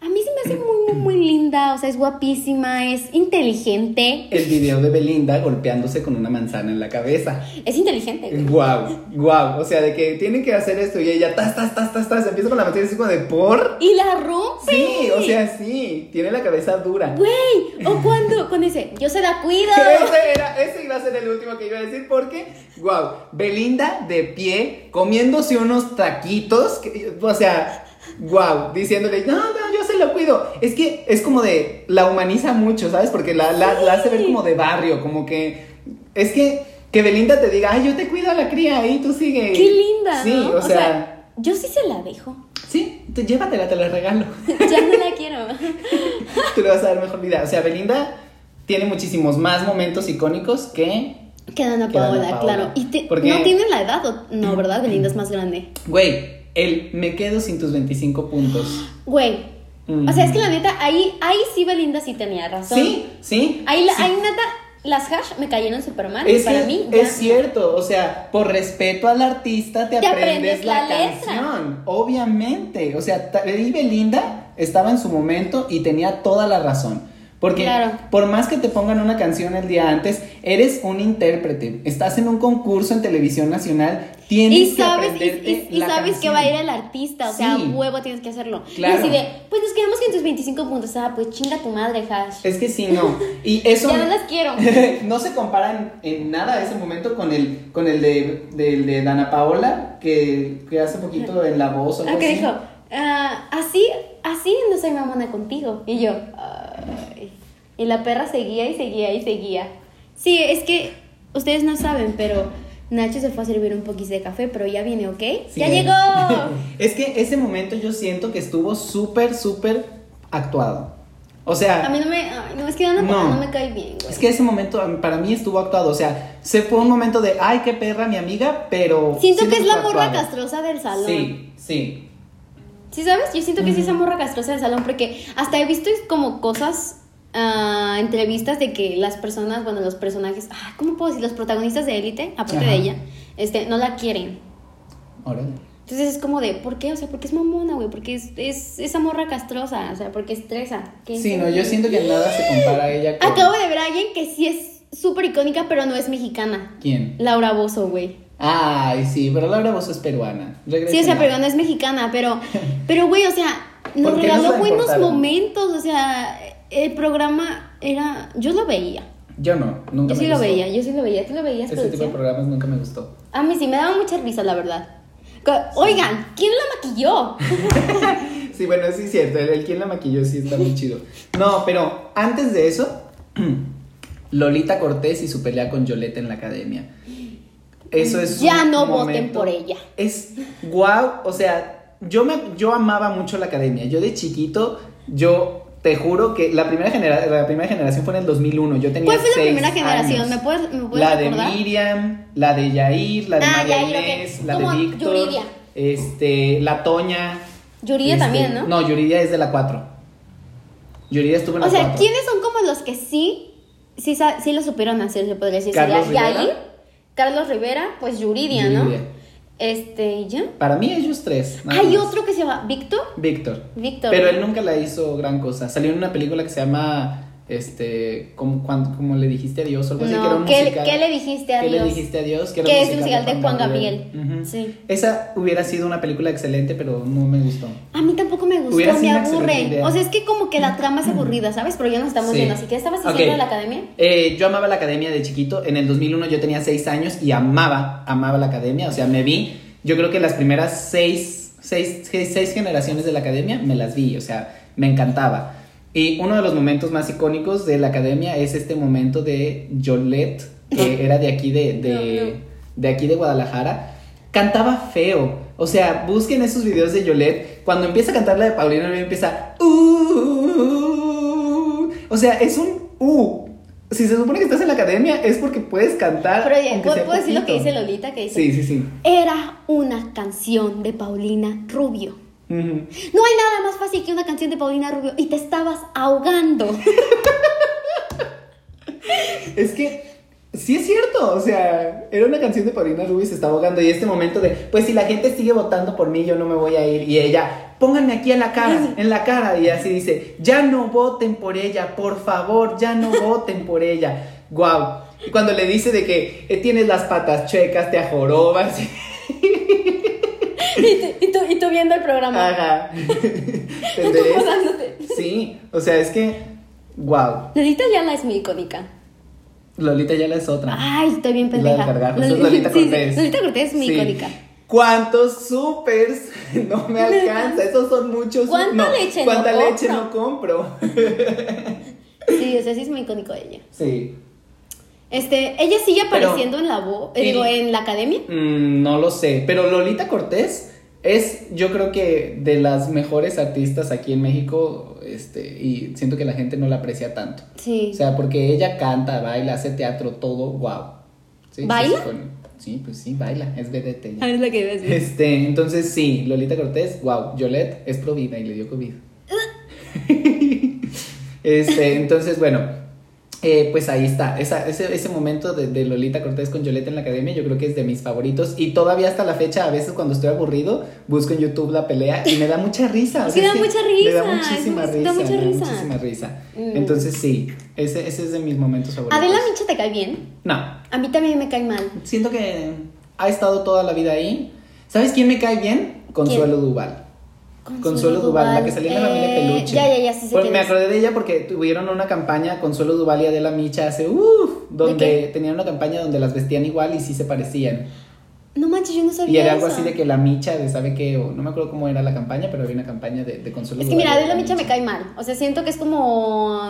S1: a mí se me hace muy, muy, muy linda, o sea, es guapísima, es inteligente,
S2: El video de Belinda golpeándose con una manzana en la cabeza.
S1: es inteligente. güey.
S2: Wow, wow. O sea, de que tienen que hacer esto y ella, tas, tas, tas, tas, tas, empieza con la manzana y es como de por.
S1: Y la rompe.
S2: Sí, o sea, sí, tiene la cabeza dura.
S1: Güey, o cuando, cuando dice, yo se la cuido.
S2: Ese, era, ese iba a ser el último que iba a decir porque, wow, Belinda de pie comiéndose unos taquitos, que- o sea, wow, diciéndole, no, no, yo se lo cuido. Es que es como de, la humaniza mucho, ¿sabes? Porque la, la, la hace ver como de barrio, como que, es que, que Belinda te diga, ay, yo te cuido a la cría, ahí tú sigue.
S1: Qué linda.
S2: Sí,
S1: ¿no?
S2: o, sea,
S1: yo sí se la dejo.
S2: sí, tú llévatela, te la regalo.
S1: ya no la quiero.
S2: tú le vas a dar mejor vida. O sea, Belinda tiene muchísimos más momentos icónicos que
S1: Queda Ana
S2: Queda Ana
S1: Paola,
S2: Paola.
S1: claro. Y te-
S2: Porque-
S1: no tiene la edad, o- no, ¿verdad? Belinda es más grande.
S2: Güey, el me quedo sin tus 25 puntos.
S1: Ah, Güey.
S2: Mm.
S1: O sea, es que la neta, ahí, ahí sí Belinda sí tenía razón.
S2: Sí, sí.
S1: Ahí, la,
S2: sí.
S1: ahí neta, las hash me cayeron super mal. y
S2: Es,
S1: para
S2: que-
S1: mí, ya-
S2: es cierto, o sea, por respeto al artista te,
S1: Te
S2: aprendes,
S1: aprendes
S2: la,
S1: la letra.
S2: canción, obviamente. O sea, ta- y Belinda estaba en su momento y tenía toda la razón. Porque
S1: Claro.
S2: por más que te pongan una canción el día antes, eres un intérprete, estás en un concurso en televisión nacional, tienes
S1: Y sabes,
S2: que
S1: y, y-
S2: aprenderte
S1: y
S2: la
S1: sabes que
S2: canción.
S1: va a ir el artista, o sea,
S2: Sí.
S1: huevo tienes que hacerlo.
S2: Claro.
S1: Y así de, pues nos quedamos con tus 25 puntos. Ah, pues chinga tu madre, hash.
S2: Es que sí, no. Y eso
S1: ya no las quiero.
S2: no se comparan en nada ese momento con el con el de, del de Dana Paola que, que hace poquito en La Voz o algo
S1: Ah, que
S2: así.
S1: dijo, "Ah, así, así no soy mamona contigo. Y yo, "Ay". y la perra seguía y seguía y seguía. Sí, es que ustedes no saben, pero Nacho se fue a servir un poquis de café, pero ya viene, ¿ok?
S2: Sí,
S1: ¡Ya
S2: eh.
S1: llegó!
S2: es que ese momento yo siento que estuvo súper súper actuado. O
S1: A
S2: sea,
S1: mí no me, ay, no, es que Ana Paola
S2: No.
S1: no. me cae bien, güey.
S2: es que ese momento a mí- para mí estuvo actuado, o sea, se fue un momento de ay, qué perra mi amiga, pero
S1: Siento que es la
S2: fue
S1: morra
S2: actuado.
S1: castrosa del salón.
S2: Sí, sí.
S1: ¿Sí sabes? Yo siento que sí es la morra castrosa del salón porque hasta he visto como cosas, ah, entrevistas de que las personas, bueno, los personajes, ah, ¿cómo puedo decir? Los protagonistas de élite, aparte
S2: Ajá.
S1: de ella, este, no la quieren.
S2: Órale.
S1: Entonces es como de, ¿por qué? O sea, porque es mamona, güey, porque es, es esa morra castrosa, o sea, porque estresa. que
S2: Sí,
S1: es-
S2: no, yo siento que en nada se compara a ella con
S1: Acabo de ver a alguien que sí es súper icónica, pero no es mexicana.
S2: ¿Quién?
S1: Laura Bozo, güey.
S2: Ay, sí, pero Laura Bozo es peruana.
S1: Sí, o sea,
S2: Regrésela.
S1: pero no es mexicana, pero, pero güey, o sea, nos
S2: ¿Por qué nos
S1: regaló
S2: la
S1: buenos
S2: importaron?
S1: momentos, o sea, el programa era, yo lo veía,
S2: Yo no, nunca
S1: yo
S2: me
S1: sí lo
S2: gustó.
S1: veía, yo sí lo veía, tú lo veías,
S2: Ese tipo de
S1: producción.
S2: programas nunca me gustó.
S1: A mí sí me daba mucha risa, la verdad. Co- Oigan, ¿quién la maquilló?
S2: Sí, bueno, sí es cierto. El, el quien la maquilló sí está muy chido. No, pero antes de eso, Lolita Cortés y su pelea con Yoleta en la academia. Eso es.
S1: Ya
S2: un
S1: no voten
S2: momento-
S1: por ella.
S2: Es guau. o sea, yo, me, yo amaba mucho la academia. Yo de chiquito, yo te juro que la primera, genera- la primera generación fue en el 2001. Yo tenía.
S1: ¿Cuál Pues fue la
S2: seis
S1: primera generación?
S2: años.
S1: ¿Me puedes, me puedes
S2: La de
S1: recordar?
S2: Miriam, la de Yair, la de
S1: Ah,
S2: María
S1: Yair, ok.
S2: Inés, la de
S1: Como
S2: Víctor,
S1: Yuridia.
S2: este, la Toña.
S1: Yuridia
S2: este,
S1: también, ¿no?
S2: No, Yuridia es de la 4. Yuridia estuvo en
S1: o
S2: la
S1: sea,
S2: 4.
S1: ¿quiénes son como los que sí, sí, sa- sí lo supieron hacer, se podría decir?
S2: Carlos
S1: Sería
S2: Rivera.
S1: Yair, Carlos Rivera, pues Yuridia, ¿no?
S2: Yuridia.
S1: Este, ¿y ya.
S2: Para mí ellos tres. nada
S1: Hay
S2: más.
S1: otro que se llama Víctor.
S2: Víctor.
S1: Víctor.
S2: Pero él nunca la hizo gran cosa. Salió en una película que se llama, este, como, cuan- como le dijiste adiós o algo así, que era un
S1: No, ¿qué,
S2: musical.
S1: ¿qué le dijiste a
S2: ¿Qué le
S1: Dios?
S2: dijiste adiós?
S1: Que es el musical de Juan Gabriel.
S2: Ujú.
S1: Sí.
S2: Esa hubiera sido una película excelente, pero no me gustó.
S1: A mí tampoco me
S2: Hubiera
S1: gustó,
S2: sido
S1: me
S2: una excelente
S1: aburre.
S2: idea.
S1: O sea, es que como que la trama es aburrida, ¿sabes? Pero ya nos estamos
S2: Sí.
S1: viendo, así que estabas
S2: Ok.
S1: haciendo la academia.
S2: Eh, yo amaba la academia de chiquito. En el 2001 yo tenía 6 años y amaba, amaba la academia. O sea, me vi, yo creo que las primeras 6, seis, seis- seis generaciones de la academia me las vi. O sea, me encantaba. Y uno de los momentos más icónicos de la academia es este momento de Yolette, que era de aquí de, de,
S1: No, no.
S2: de aquí de Guadalajara. Cantaba feo. O sea, busquen esos videos de Yolette. Cuando empieza a cantar la de Paulina, Rubio, empieza. "Uh". o sea, es un U. Si se supone que estás en la academia, es porque puedes cantar.
S1: Pero ya,
S2: Ah, aunque
S1: ¿puedo,
S2: sea
S1: puedo decir lo que
S2: poquito.
S1: dice Lolita? Que dice,
S2: Sí, sí, sí.
S1: era una canción de Paulina Rubio.
S2: Ujú.
S1: No hay nada más fácil que una canción de Paulina Rubio y te estabas ahogando.
S2: Es que sí es cierto, o sea, era una canción de Paulina Rubio y se está ahogando y este momento de, pues si la gente sigue votando por mí, yo no me voy a ir y ella, pónganme aquí en la cara, en la cara y así dice, ya no voten por ella, por favor, ya no voten por ella. Guau. Y cuando le dice de que eh, tienes las patas chuecas, te ajorobas.
S1: y, tú, y, tú, y tú viendo el programa.
S2: Ajá. ¿Te
S1: Tú
S2: enterés?
S1: posándote.
S2: Sí, o sea, es que wow.
S1: Lolita ya la es muy icónica.
S2: Lolita ya la es otra.
S1: Ay, estoy bien
S2: Es la del
S1: pendeja.
S2: gargajo,
S1: Loli-
S2: esa es Lolita
S1: sí, sí,
S2: Cortés.
S1: Lolita Cortés es muy
S2: Sí.
S1: icónica.
S2: ¿Cuántos supers no me alcanza? Esos son muchos.
S1: ¿Cuánta
S2: no,
S1: leche no
S2: ¿Cuánta
S1: compro?
S2: leche no compro?
S1: Sí, o sea, sí es muy icónico ella.
S2: Sí.
S1: Este, ella sigue
S2: Pero-
S1: apareciendo en la voz,
S2: Sí.
S1: digo, en la academia.
S2: Mm, no lo sé. Pero Lolita Cortés es, yo creo que, de las mejores artistas aquí en México. Este, y siento que la gente no la aprecia tanto.
S1: Sí.
S2: O sea, porque ella canta, baila, hace teatro, todo, wow. Sí, sí,
S1: ¿Baila?
S2: Sí, con- sí, pues sí, baila, es vedete.
S1: Ah, es la que iba a decir.
S2: Este, entonces sí, Lolita Cortés, wow, Yolette es provida y le dio COVID. este, entonces, bueno, eh, pues ahí está. Esa- ese, ese momento de, de Lolita Cortés con Yolette en la academia, yo creo que es de mis favoritos. Y todavía hasta la fecha, a veces cuando estoy aburrido, busco en YouTube la pelea y me da mucha risa.
S1: Es que da
S2: es
S1: mucha
S2: Me da
S1: risa,
S2: muchísima
S1: es-
S2: risa.
S1: da
S2: me
S1: mucha
S2: da
S1: risa.
S2: muchísima risa.
S1: Mm.
S2: Entonces sí, ese, ese es de mis momentos favoritos.
S1: Adela Micha te cae bien.
S2: No,
S1: A mí también me cae mal.
S2: Siento que ha estado toda la vida ahí. ¿Sabes quién me cae bien? Consuelo Duval. Consuelo Duval, la que salió en la familia
S1: eh,
S2: Peluche.
S1: Ya, ya, ya, sí sé
S2: Pues
S1: quién
S2: me
S1: es.
S2: acordé de ella porque tuvieron una campaña Consuelo Duval y Adela Micha hace uff,
S1: qué?
S2: donde tenían una campaña donde las vestían igual y sí se parecían.
S1: No manches, yo no sabía
S2: Y era algo
S1: eso.
S2: así de que la Micha de sabe que o no me acuerdo cómo era la campaña, pero había una campaña de, de Consuelo
S1: Es que
S2: Duval.
S1: mira,
S2: y
S1: Adela Micha me
S2: Micha.
S1: cae mal. O sea, siento que es como...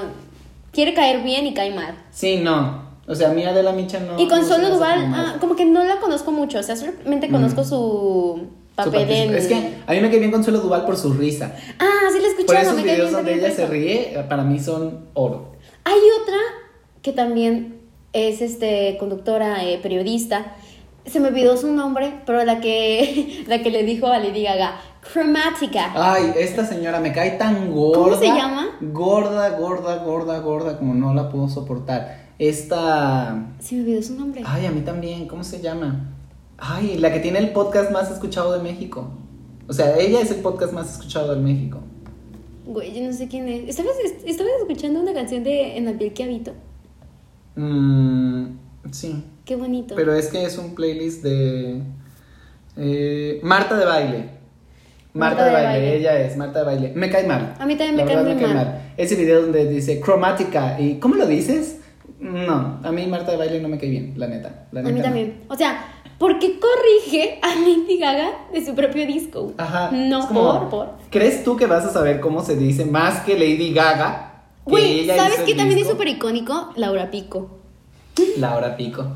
S1: Quiere caer bien y cae mal.
S2: Sí, no. O sea, a mí Adela Micha no.
S1: y Consuelo
S2: no se me hace
S1: Duval,
S2: como mal.
S1: ah,
S2: Mm.
S1: como que no la conozco mucho. O sea, solamente conozco su
S2: Su
S1: papel en...
S2: participa- Es que a mí me cae bien Consuelo Duval por su risa.
S1: Ah, sí la he escuchado.
S2: Por esos
S1: me cae bien,
S2: videos donde
S1: también
S2: ella
S1: por
S2: se
S1: eso.
S2: ríe, para mí son oro.
S1: Hay otra que también es este conductora, eh, periodista. Se me olvidó su nombre, pero la que, la que le dijo a Lady Gaga, Chromatica.
S2: Ay, esta señora me cae tan gorda.
S1: ¿Cómo se llama?
S2: Gorda, gorda, gorda, gorda, como no la puedo soportar. Esta.
S1: Se me olvidó su nombre.
S2: Ay, a mí también, ¿cómo se llama? Ay, la que tiene el podcast más escuchado de México. O sea, ella es el podcast más escuchado de México.
S1: Güey, yo no sé quién es. ¿Estabas, est- estabas escuchando una canción de En la piel que habito.
S2: Mm, sí.
S1: Qué bonito.
S2: Pero es que es un playlist de. eh, Marta de baile. Marta, de, baile. ella es Marta de baile. Me cae mal.
S1: A mí también
S2: La
S1: me cae
S2: verdad,
S1: muy mal.
S2: Ese video donde dice cromática y ¿cómo lo dices? No, a mí Marta de baile no me cae bien, la neta. la
S1: a
S2: neta
S1: mí
S2: no.
S1: también. O sea, ¿por qué corrige a Lady Gaga de su propio disco?
S2: Ajá.
S1: No,
S2: es como,
S1: por, por.
S2: ¿Crees tú que vas a saber cómo se dice más que Lady Gaga? que
S1: Güey,
S2: ella
S1: ¿sabes
S2: hizo el
S1: qué también es
S2: disco?
S1: súper icónico? Laura Pico.
S2: La hora pico.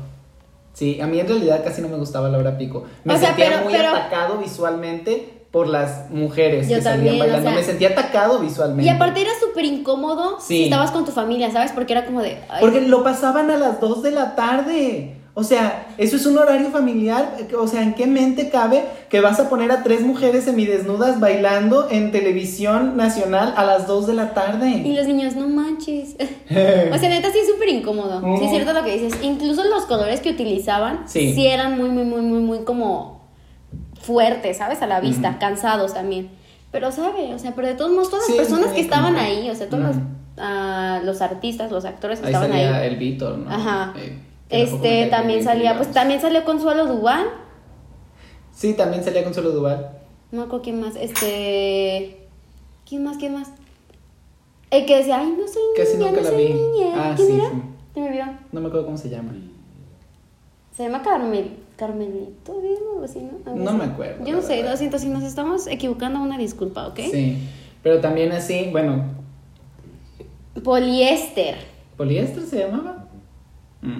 S2: Sí, a mí en realidad casi no me gustaba la hora pico. Me
S1: O sea,
S2: sentía
S1: pero-
S2: muy
S1: pero-
S2: atacado visualmente por las mujeres
S1: Yo
S2: que
S1: también,
S2: salían
S1: o
S2: bailando.
S1: sea-
S2: Me sentía atacado visualmente.
S1: Y aparte era súper incómodo si
S2: Sí.
S1: estabas con tu familia, ¿sabes? Porque era como de. ay,
S2: Porque lo pasaban a las 2 de la tarde. O sea, eso es un horario familiar. O sea, ¿en qué mente cabe que vas a poner a tres mujeres semidesnudas bailando en televisión nacional a las 2 de la
S1: Y
S2: tarde?
S1: los niños, no manches. o sea, neta, sí es súper incómodo. Sí, es
S2: Ujú.
S1: cierto lo que dices. Incluso los colores que utilizaban,
S2: Sí.
S1: sí eran muy, muy, muy, muy, muy como fuerte, ¿sabes? A la vista,
S2: Ujú.
S1: cansados también. Pero sabe, o sea, pero de todos modos, todas
S2: Sí,
S1: las personas que
S2: muy
S1: estaban
S2: como-
S1: ahí, o sea, todos los,
S2: Ujú.
S1: ah, los artistas, los actores que
S2: Ahí
S1: estaban
S2: salía
S1: ahí.
S2: el Víctor, ¿no?
S1: Ajá.
S2: Eh, que tampoco
S1: este
S2: me cae
S1: también
S2: bien,
S1: salía,
S2: digamos.
S1: pues también salió Consuelo Dubán.
S2: Sí, también salía Consuelo Duval.
S1: No me acuerdo quién más. Este. ¿Quién más? ¿Quién más? El que decía, ay, no soy niña.
S2: Casi nunca
S1: no
S2: la
S1: soy
S2: vi".
S1: Niña.
S2: Ah,
S1: ¿Quién
S2: sí,
S1: era?
S2: sí.
S1: ¿Quién me vio?
S2: No me acuerdo cómo se llama.
S1: Se llama Carmel, Carmelito, ¿bien? algo así, ¿no? Algo
S2: No
S1: así.
S2: me acuerdo,
S1: Yo no
S2: la
S1: sé,
S2: verdad.
S1: lo siento, si nos estamos equivocando, una disculpa, ¿ok?
S2: Sí. Pero también así, bueno,
S1: Poliéster.
S2: ¿poliéster se llamaba? Mm.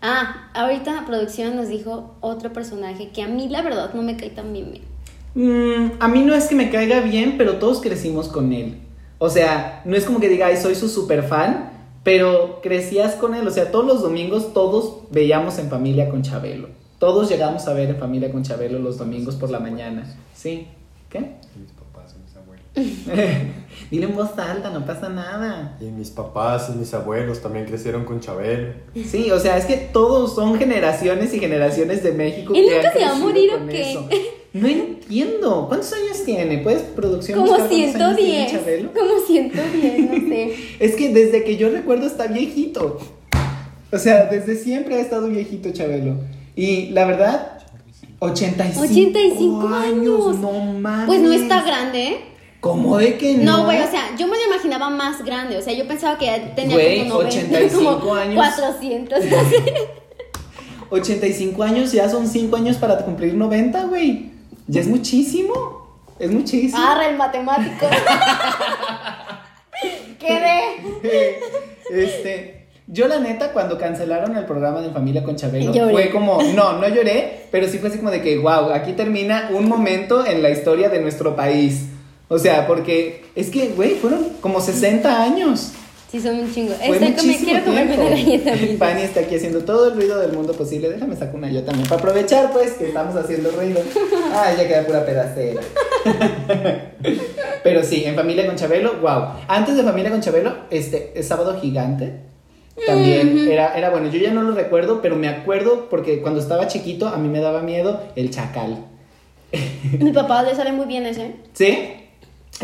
S1: Ah, ahorita la producción nos dijo otro personaje que a mí, la verdad, no me cae tan bien. ¿eh? bien.
S2: Mm, a mí no es que me caiga bien, pero todos crecimos con él. O sea, no es como que diga, ay, soy su super fan, pero crecías con él. O sea, todos los domingos todos veíamos en familia con Chabelo. Todos llegamos a ver en familia con Chabelo los domingos por la mañana. Sí. ¿Qué?
S3: Y mis papás y mis abuelos.
S2: Dile en voz alta, no pasa nada.
S3: Y mis papás y mis abuelos también crecieron con Chabelo.
S2: Sí, o sea, es que todos son generaciones y generaciones de México.
S1: ¿Él
S2: que
S1: nunca
S2: han
S1: se va a
S2: crecido
S1: morir o
S2: con
S1: qué?
S2: eso. No entiendo. ¿Cuántos años tiene? ¿Puedes producción?
S1: Como
S2: buscar cuántos años tiene
S1: 110.
S2: Chabelo?
S1: Como 110, no sé.
S2: Es que desde que yo recuerdo está viejito. O sea, desde siempre ha estado viejito Chabelo. Y la verdad, 85,
S1: 85 años.
S2: No mames.
S1: Pues no está grande, ¿eh?
S2: ¿Cómo de que no?
S1: No, güey, o sea, yo me lo imaginaba más grande. O sea, yo pensaba que ya tenía
S2: Güey,
S1: como 90,
S2: 85
S1: como
S2: años.
S1: 400. no sé.
S2: 85 años ya son 5 años para cumplir 90, güey. Ya es muchísimo. Es muchísimo.
S1: Arre el matemático. Quedé.
S2: Este, yo la neta cuando cancelaron el programa de Familia con Chabelo
S1: Lloré.
S2: fue como, no, no lloré, pero sí fue así como de que, wow, aquí termina un momento en la historia de nuestro país. O sea, porque es que, güey, fueron como 60 años.
S1: Sí, son un chingo.
S2: Fue
S1: Estoy comi-
S2: muchísimo
S1: quiero comerme una
S2: tiempo.
S1: galleta. ahorita.
S2: Fanny está aquí haciendo todo el ruido del mundo posible. Déjame sacar una yo también. Para aprovechar, pues, que estamos haciendo ruido. Ay, ya queda pura pedacera. Pero sí, en Familia con Chabelo, wow. Antes de Familia con Chabelo, este, es Sábado Gigante. También era, era bueno, yo ya no lo recuerdo, pero me acuerdo porque cuando estaba chiquito a mí me daba miedo el chacal.
S1: Mi papá le sale muy bien ese.
S2: ¿Sí?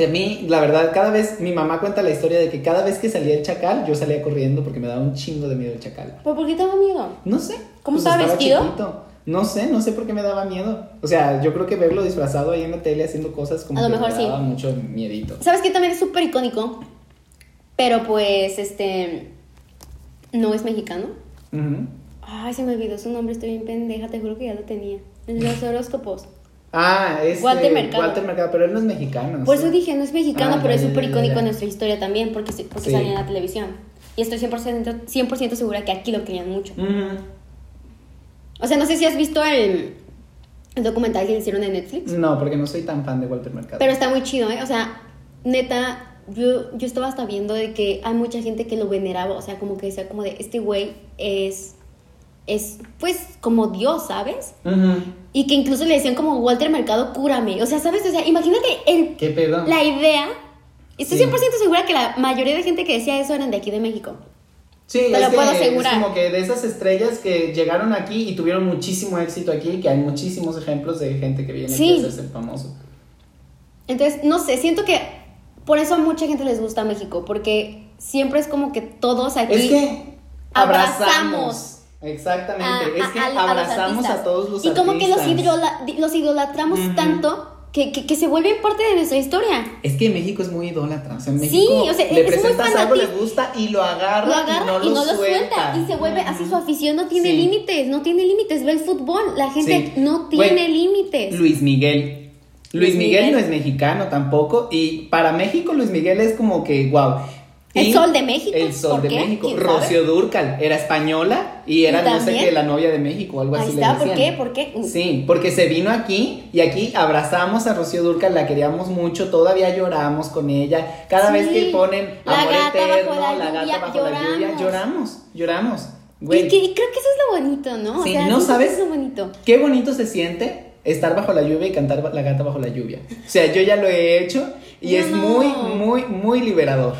S2: A mí, la verdad, cada vez, mi mamá cuenta la historia de que cada vez que salía el chacal, yo salía corriendo porque me daba un chingo de miedo el chacal.
S1: ¿Pero por qué te da miedo?
S2: No sé. Pues
S1: ¿Cómo estaba vestido?
S2: chiquito. No sé, no sé por qué me daba miedo. O sea, yo creo que verlo disfrazado ahí en la tele haciendo cosas como
S1: A lo
S2: que
S1: mejor
S2: me
S1: sí.
S2: daba mucho miedito.
S1: ¿Sabes qué también es súper icónico? Pero pues, este. No es mexicano.
S2: Ujú.
S1: Ay, se me olvidó su nombre, estoy bien pendeja, te juro que ya lo tenía. En los horóscopos.
S2: Ah, es
S1: Walter Mercado.
S2: Walter Mercado, pero él no es mexicano.
S1: Por
S2: sí.
S1: eso dije, no es mexicano,
S2: Ah, ya,
S1: pero es
S2: ya,
S1: súper
S2: ya,
S1: icónico
S2: ya.
S1: en nuestra historia también, porque, se- porque
S2: Sí.
S1: salía en la televisión. Y estoy 100%, 100% segura que aquí lo querían mucho.
S2: Mm. Ujú.
S1: O sea, no sé si has visto el, el documental que hicieron en Netflix,
S2: No, porque no soy tan fan de Walter Mercado.
S1: pero está muy chido, ¿eh? O sea, neta, yo, yo estaba hasta viendo de que hay mucha gente que lo veneraba, o sea, como que decía como de, este güey es, es pues como Dios, ¿sabes?
S2: Ujú.
S1: Y que incluso le decían como Walter Mercado, cúrame. O sea, ¿sabes? O sea, imagínate el
S2: ¿Qué pedo?
S1: la idea. Estoy
S2: Sí.
S1: 100% segura que la mayoría de gente que decía eso eran de aquí de México.
S2: Sí,
S1: Te
S2: es
S1: lo
S2: que
S1: puedo asegurar.
S2: Es como que de esas estrellas que llegaron aquí y tuvieron muchísimo éxito aquí, que hay muchísimos ejemplos de gente que viene
S1: Sí.
S2: aquí a hacerse famoso.
S1: Entonces, no sé, siento que por eso a mucha gente les gusta México, porque siempre es como que todos aquí...
S2: Es que
S1: abrazamos.
S2: abrazamos. Exactamente.
S1: a-
S2: es que
S1: a- a los
S2: abrazamos
S1: artistas.
S2: a todos los
S1: Y como que los,
S2: artistas.
S1: idrola- di- los idolatramos
S2: Ujú.
S1: tanto que, que, que se vuelven parte de nuestra historia.
S2: Es que México es muy idólatra. O sea, en
S1: Sí,
S2: México
S1: o sea,
S2: le
S1: es muy
S2: presentas algo, le
S1: fanatista.
S2: gusta y lo agarra,
S1: Lo agarra
S2: y no, lo, suelta.
S1: y se vuelve
S2: Ujú.
S1: así su afición no tiene
S2: Sí.
S1: límites, no tiene límites, ve el fútbol, la gente
S2: Sí.
S1: no
S2: Güey,
S1: tiene límites.
S2: Luis Miguel. Luis
S1: Luis
S2: Miguel,
S1: Miguel.
S2: no es mexicano tampoco. Y para México, Luis Miguel es como que, wow.
S1: El sol de México,
S2: El sol
S1: ¿por
S2: de
S1: qué?
S2: México.
S1: ¿Quién sabe?
S2: Rocío Dúrcal era española y era,
S1: Y
S2: no sé
S1: también-
S2: qué, la novia de México, algo
S1: Ahí
S2: así. le
S1: está, ¿por
S2: decían.
S1: qué? ¿Por qué?
S2: Sí, porque se vino aquí y aquí abrazamos a Rocío Dúrcal, la queríamos mucho, todavía lloramos con ella. Cada
S1: Sí.
S2: vez que ponen
S1: La
S2: amor
S1: gata bajo
S2: eterno,
S1: la
S2: la
S1: lluvia,
S2: gata bajo la lluvia,
S1: lloramos.
S2: lloramos, lloramos. Güey,
S1: Y, que- y creo que eso es lo bonito, ¿no?
S2: Sí,
S1: o sea,
S2: ¿no
S1: siento que
S2: sabes?
S1: eso Es lo bonito.
S2: Qué bonito se siente estar bajo la lluvia y cantar ba- la gata bajo la lluvia. O sea, yo ya lo he hecho y
S1: No.
S2: es muy, muy, muy liberador.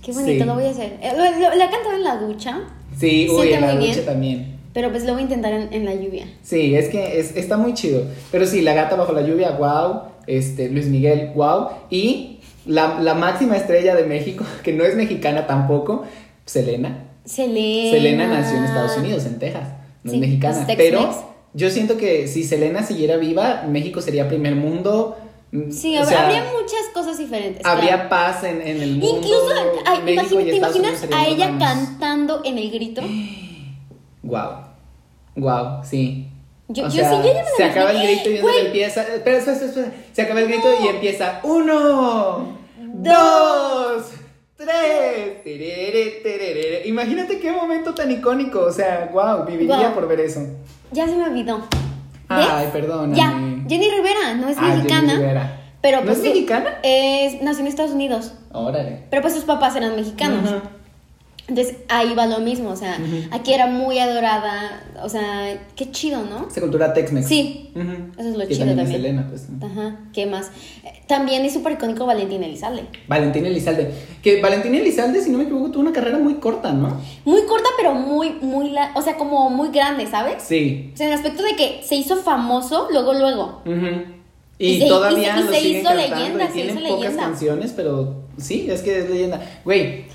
S1: Qué bonito,
S2: Sí.
S1: lo voy a hacer. Eh, lo- lo- La he cantado en la ducha.
S2: Sí,
S1: Se
S2: uy,
S1: siente
S2: en la
S1: muy
S2: noche
S1: bien.
S2: también.
S1: Pero pues lo voy a intentar en, en la lluvia.
S2: Sí, es que es- está muy chido. Pero sí, La Gata Bajo la Lluvia, wow. Este, Luis Miguel, wow. Y la, la máxima estrella de México, que no es mexicana tampoco, Selena.
S1: Selena.
S2: Selena nació en Estados Unidos, en Texas.
S1: Eh,
S2: No
S1: ah. Sí,
S2: es mexicana.
S1: es Tex-Mex.
S2: pero yo siento que si Selena siguiera viva, México sería primer mundo. mm,
S1: Sí,
S2: o
S1: hab-
S2: sea,
S1: habría muchas cosas diferentes. claro.
S2: habría paz en, en el mundo.
S1: Incluso, ay,
S2: México
S1: imagina-
S2: y
S1: ¿te
S2: Estados Unidos
S1: imaginas
S2: serían
S1: a ella
S2: hermanos.
S1: cantando en el grito?
S2: Wow. Wow, sí.
S1: Yo- yo sí, yo ya me lo
S2: Se acaba el
S1: imaginé.
S2: grito
S1: Güey.
S2: y entonces empieza. Espera, espera, espera, espera. Se acaba el grito y empieza. Uno,
S1: Dos.
S2: dos, tres. terere, terere. Imagínate qué momento tan icónico. O sea, wow, viviría
S1: Guau.
S2: por ver eso.
S1: Ya se me olvidó. ¿Ves?
S2: Ay, perdóname.
S1: Ya, Jenny Rivera no es
S2: Ah, Jenny
S1: mexicana.
S2: Rivera.
S1: Pero
S2: ¿No
S1: pues
S2: es
S1: sí,
S2: mexicana?
S1: es- nació en Estados Unidos.
S2: Órale.
S1: Pero pues sus papás eran mexicanos.
S2: Ujú.
S1: Entonces ahí va lo mismo, o sea, aquí era muy adorada, o sea, qué chido, ¿no?
S2: Esa cultura Tex-Mex.
S1: Sí,
S2: Ujú.
S1: eso es lo
S2: Que
S1: chido
S2: también. es
S1: también.
S2: Selena, pues. ¿no?
S1: Ajá, ¿qué más? Eh, También es súper icónico Valentín Elizalde.
S2: Valentina Elizalde. Que Valentina Elizalde, si no me equivoco, tuvo una carrera muy corta, ¿no?
S1: Muy corta, pero muy, muy, la- o sea, como muy grande, ¿sabes?
S2: Sí.
S1: O sea, en el aspecto de que se hizo famoso luego, luego.
S2: Ujú.
S1: Y
S2: Y,
S1: se- y
S2: todavía
S1: se- y
S2: lo
S1: se
S2: siguen
S1: hizo
S2: cantando
S1: leyenda,
S2: y
S1: se
S2: tienen
S1: hizo
S2: pocas
S1: leyenda.
S2: canciones, pero sí, es que es leyenda. Güey,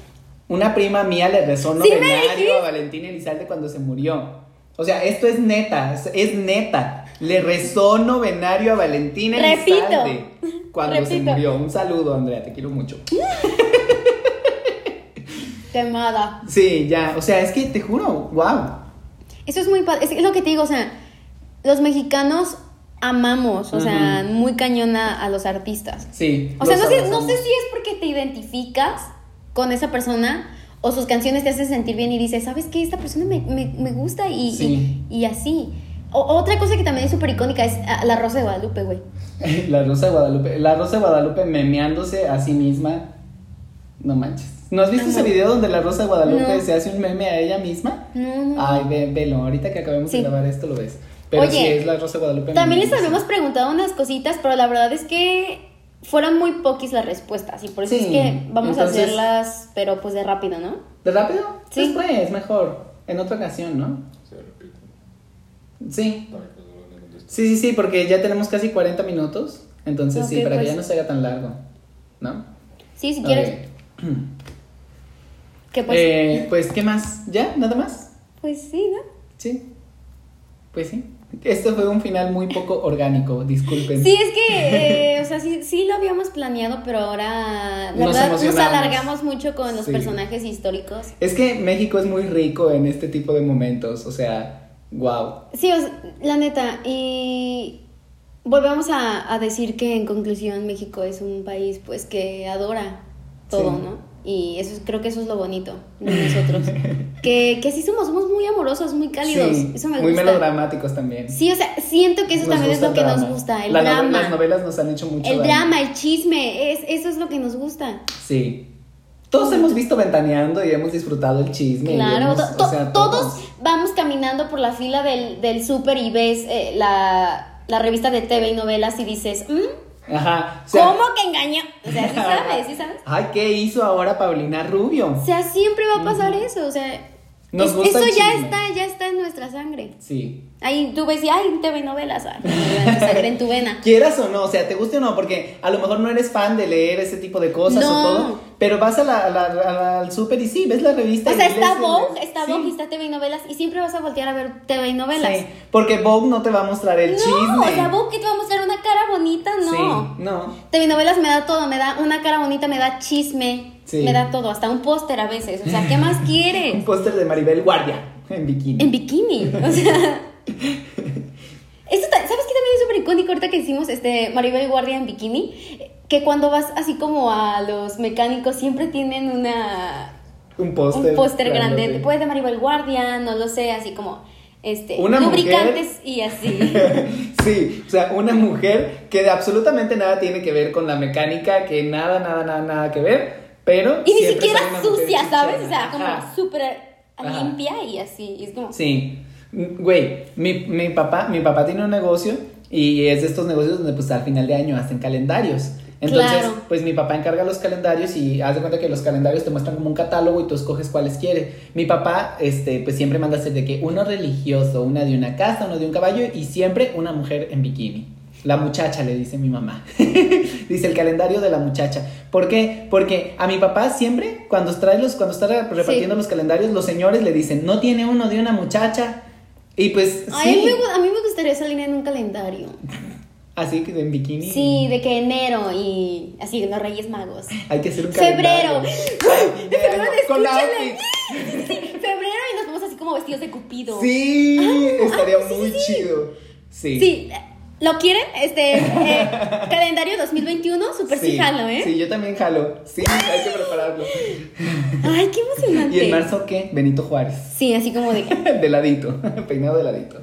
S2: una prima mía le rezó un
S1: Sí me
S2: novenario
S1: dijiste.
S2: a Valentín Elizalde cuando se murió. O sea, esto es neta, es, es neta. Le rezó novenario a Valentín
S1: Repito.
S2: Elizalde cuando se
S1: Repito.
S2: murió. Un saludo, Andrea, te quiero mucho.
S1: Quemada.
S2: Sí, ya, o sea, es que te juro, wow.
S1: Eso es muy padre, es, es lo que te digo, o sea, los mexicanos amamos, o sea,
S2: Ujú.
S1: muy cañona a los artistas.
S2: Sí.
S1: O sea,
S2: los
S1: no sé, no
S2: abrazamos.
S1: sé si es porque te identificas con esa persona o sus canciones te hacen sentir bien y dices, ¿sabes qué? Esta persona me, me- me gusta y,
S2: Sí.
S1: y, y así. O- otra cosa que también es súper icónica es ah, la Rosa de Guadalupe, güey.
S2: La Rosa de Guadalupe, la Rosa de Guadalupe memeándose a sí misma. No manches. ¿No has visto
S1: Ajá.
S2: ese video donde la Rosa de Guadalupe
S1: No.
S2: se hace un meme a ella misma?
S1: No, no.
S2: Ay, ve, velo, ahorita que acabemos
S1: Sí.
S2: de grabar esto lo ves. Pero
S1: Oye,
S2: sí, es la Rosa de Guadalupe.
S1: También les
S2: memeándose.
S1: habíamos preguntado unas cositas, pero la verdad es que fueron muy poquis las respuestas y por eso
S2: Sí,
S1: es que vamos
S2: entonces-
S1: a hacerlas, pero pues de rápido, ¿no?
S2: ¿De rápido?
S1: Sí.
S2: Después, mejor. En otra ocasión, ¿no?
S4: Se repite.
S2: Sí.
S4: Para que no lo conteste.
S2: Sí, sí, sí, porque ya tenemos casi 40 minutos. Entonces, sí,
S1: Ok,
S2: para
S1: pues.
S2: que ya no se haga tan largo. ¿No?
S1: Sí, si
S2: Ok.
S1: quieres. Que pues,
S2: Eh, pues, ¿qué más? ¿Ya? ¿Nada más?
S1: pues sí, ¿no?
S2: Sí. Pues sí. Esto fue un final muy poco orgánico, disculpen.
S1: Sí, es que, eh, o sea, sí, sí lo habíamos planeado, pero ahora, la
S2: Nos
S1: verdad, nos
S2: emocionamos.
S1: alargamos mucho con los
S2: Sí.
S1: personajes históricos.
S2: Es que México es muy rico en este tipo de momentos, o sea, wow.
S1: Sí, o sea, la neta, y volvemos a, a decir que en conclusión México es un país, pues, que adora todo,
S2: Sí.
S1: ¿no? Y eso es- creo que eso es lo bonito de nosotros. que, que así somos, somos muy amorosos, muy cálidos. eso me
S2: muy
S1: gusta.
S2: melodramáticos también.
S1: Sí, o sea, siento que eso
S2: Nos
S1: también es
S2: gusta
S1: lo
S2: el
S1: que nos
S2: drama.
S1: gusta, el
S2: La nove-
S1: drama.
S2: las novelas nos han hecho mucho
S1: el
S2: daño.
S1: drama, el chisme, es, eso es lo que nos gusta.
S2: Sí. Todos hemos visto Ventaneando y hemos disfrutado el chisme. y
S1: Claro,
S2: hemos-
S1: to- to-
S2: o sea,
S1: todos, vamos caminando por la fila del, del súper y ves eh, la, la revista de TV y novelas y dices, "Mm,
S2: Ajá. o sea-
S1: ¿cómo que engañó? O sea, sí sabes, sí sabes.
S2: Ay, ¿qué hizo ahora Paulina Rubio?
S1: O sea, siempre va a pasar eso, o sea,
S2: Nos
S1: es-
S2: gusta
S1: eso
S2: el
S1: ya
S2: chisme.
S1: está, ya está en nuestra sangre.
S2: Sí.
S1: Ahí tú ves y, ay, TV y novelas, ah, ay, novela, sangre en tu vena.
S2: Quieras o no, o sea, te guste o no, porque a lo mejor no eres fan de leer ese tipo de cosas
S1: No.
S2: o todo, pero vas a la, a la- a la- al súper y sí, ves la revista.
S1: O
S2: y
S1: sea,
S2: lees
S1: está
S2: el-
S1: Vogue, está
S2: sí,
S1: Vogue y está TV y novelas y siempre vas a voltear a ver TV y novelas.
S2: sí, porque Vogue no te va a mostrar el
S1: no,
S2: chisme.
S1: o sea, Vogue que te va a mostrar una cara bonita, no.
S2: Sí, no.
S1: Telenovelas me da todo, me da una cara bonita, me da chisme,
S2: Sí.
S1: me da todo, hasta un póster a veces. O sea, ¿qué más
S2: Un
S1: quieres?
S2: póster de Maribel Guardia en bikini.
S1: En bikini, o sea. Esto ta- ¿Sabes qué también es súper icónico ahorita que hicimos este Maribel Guardia en bikini? Que cuando vas así como a los mecánicos siempre tienen una
S2: un póster.
S1: un póster pues. grande,
S2: grandote.
S1: puede de Maribel Guardia, no lo sé, así como este
S2: Una
S1: lubricantes y así.
S2: Sí, o sea, una mujer que de absolutamente nada tiene que ver con la mecánica, que nada, nada, nada, nada que ver, pero...
S1: Y ni
S2: siempre
S1: siquiera
S2: sale una mujer
S1: sucia, ¿sabes? O
S2: chichona.
S1: sea, como
S2: Ajá.
S1: súper
S2: Ajá.
S1: limpia y así. y es como,
S2: Sí. Mm, Güey, mi, mi papá, mi papá tiene un negocio y es de estos negocios donde pues al final de año hacen calendarios. Entonces,
S1: Claro.
S2: pues mi papá encarga los calendarios y haz de cuenta que los calendarios te muestran como un catálogo y tú escoges cuáles quieres. Mi papá, este, pues siempre manda hacer de que uno religioso, una de una casa, uno de un caballo y siempre una mujer en bikini. La muchacha, le dice mi mamá. dice el calendario de la muchacha. ¿Por qué? Porque a mi papá siempre, cuando, trae los, cuando está repartiendo
S1: Sí.
S2: los calendarios, los señores le dicen, no tiene uno de una muchacha. Y pues,
S1: Ay,
S2: sí.
S1: me gu- a mí me gustaría esa línea en un calendario.
S2: Así que en bikini.
S1: Sí, de que enero y así, los Reyes Magos.
S2: Hay que hacer un
S1: Febrero.
S2: calendario.
S1: Ay, de febrero,
S2: Con la
S1: escúchala.
S2: outfit.
S1: Febrero y nos vamos así como vestidos de Cupido.
S2: Sí, estaría
S1: ah, sí,
S2: muy
S1: sí, sí.
S2: chido. Sí.
S1: Sí, ¿lo quieren? Este, eh, calendario 2021, super sí, jalo, ¿eh?
S2: Sí, yo también jalo. Sí, hay que prepararlo.
S1: Ay, qué emocionante.
S2: ¿Y en marzo qué? Benito Juárez.
S1: Sí, así como de.
S2: De ladito, peinado de ladito.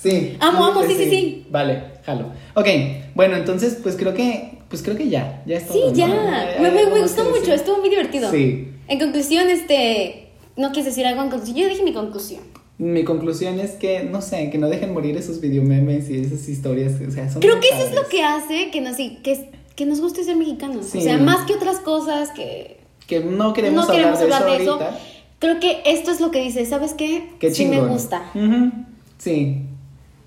S2: Sí.
S1: Amo, amo, sí, sí, sí.
S2: Vale, jalo. Ok, bueno, entonces, pues creo que, pues creo que ya, ya está.
S1: Sí,
S2: todo, ¿no?
S1: ya.
S2: Ya, ya,
S1: Me, me- me
S2: ya, vamos
S1: gustó
S2: a
S1: mucho, este
S2: decir.
S1: estuvo muy divertido.
S2: Sí.
S1: En conclusión, este. No quise decir algo en conclusión. Yo dije mi conclusión.
S2: Mi conclusión es que, no sé, que no dejen morir esos videomemes y esas historias. O sea, son
S1: Creo
S2: muy
S1: que eso es
S2: padres.
S1: lo que hace que nos, que, que nos guste ser mexicanos.
S2: Sí.
S1: O sea, más que otras cosas que
S2: Que no queremos
S1: no
S2: hablar
S1: queremos
S2: de eso
S1: hablar de eso.
S2: ahorita.
S1: Creo que esto es lo que dice, ¿sabes qué?
S2: Qué
S1: sí
S2: chingón.
S1: me gusta.
S2: Ujú. Sí.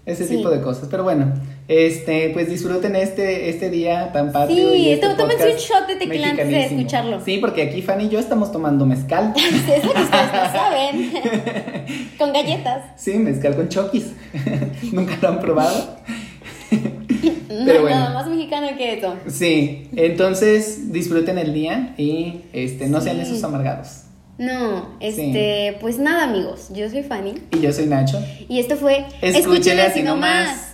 S2: Ese
S1: Sí.
S2: tipo de cosas. Pero bueno, este, pues disfruten este, este día tan patrio.
S1: Sí,
S2: y este
S1: to- tómense un
S2: podcast
S1: shot de tequila antes de
S2: mexicanísimo.
S1: escucharlo.
S2: Sí, porque aquí Fanny y yo estamos tomando mezcal.
S1: Es lo que ustedes no saben. Con galletas.
S2: Sí, mezcal con choquis. Nunca lo han probado.
S1: No
S2: Pero
S1: hay
S2: bueno.
S1: nada más mexicano que eso.
S2: Sí, entonces disfruten el día y este, no sean
S1: Sí.
S2: esos amargados.
S1: No, este, pues nada, amigos. Yo soy Fanny.
S2: Y yo soy Nacho.
S1: Y esto fue
S2: Escúchela si no más.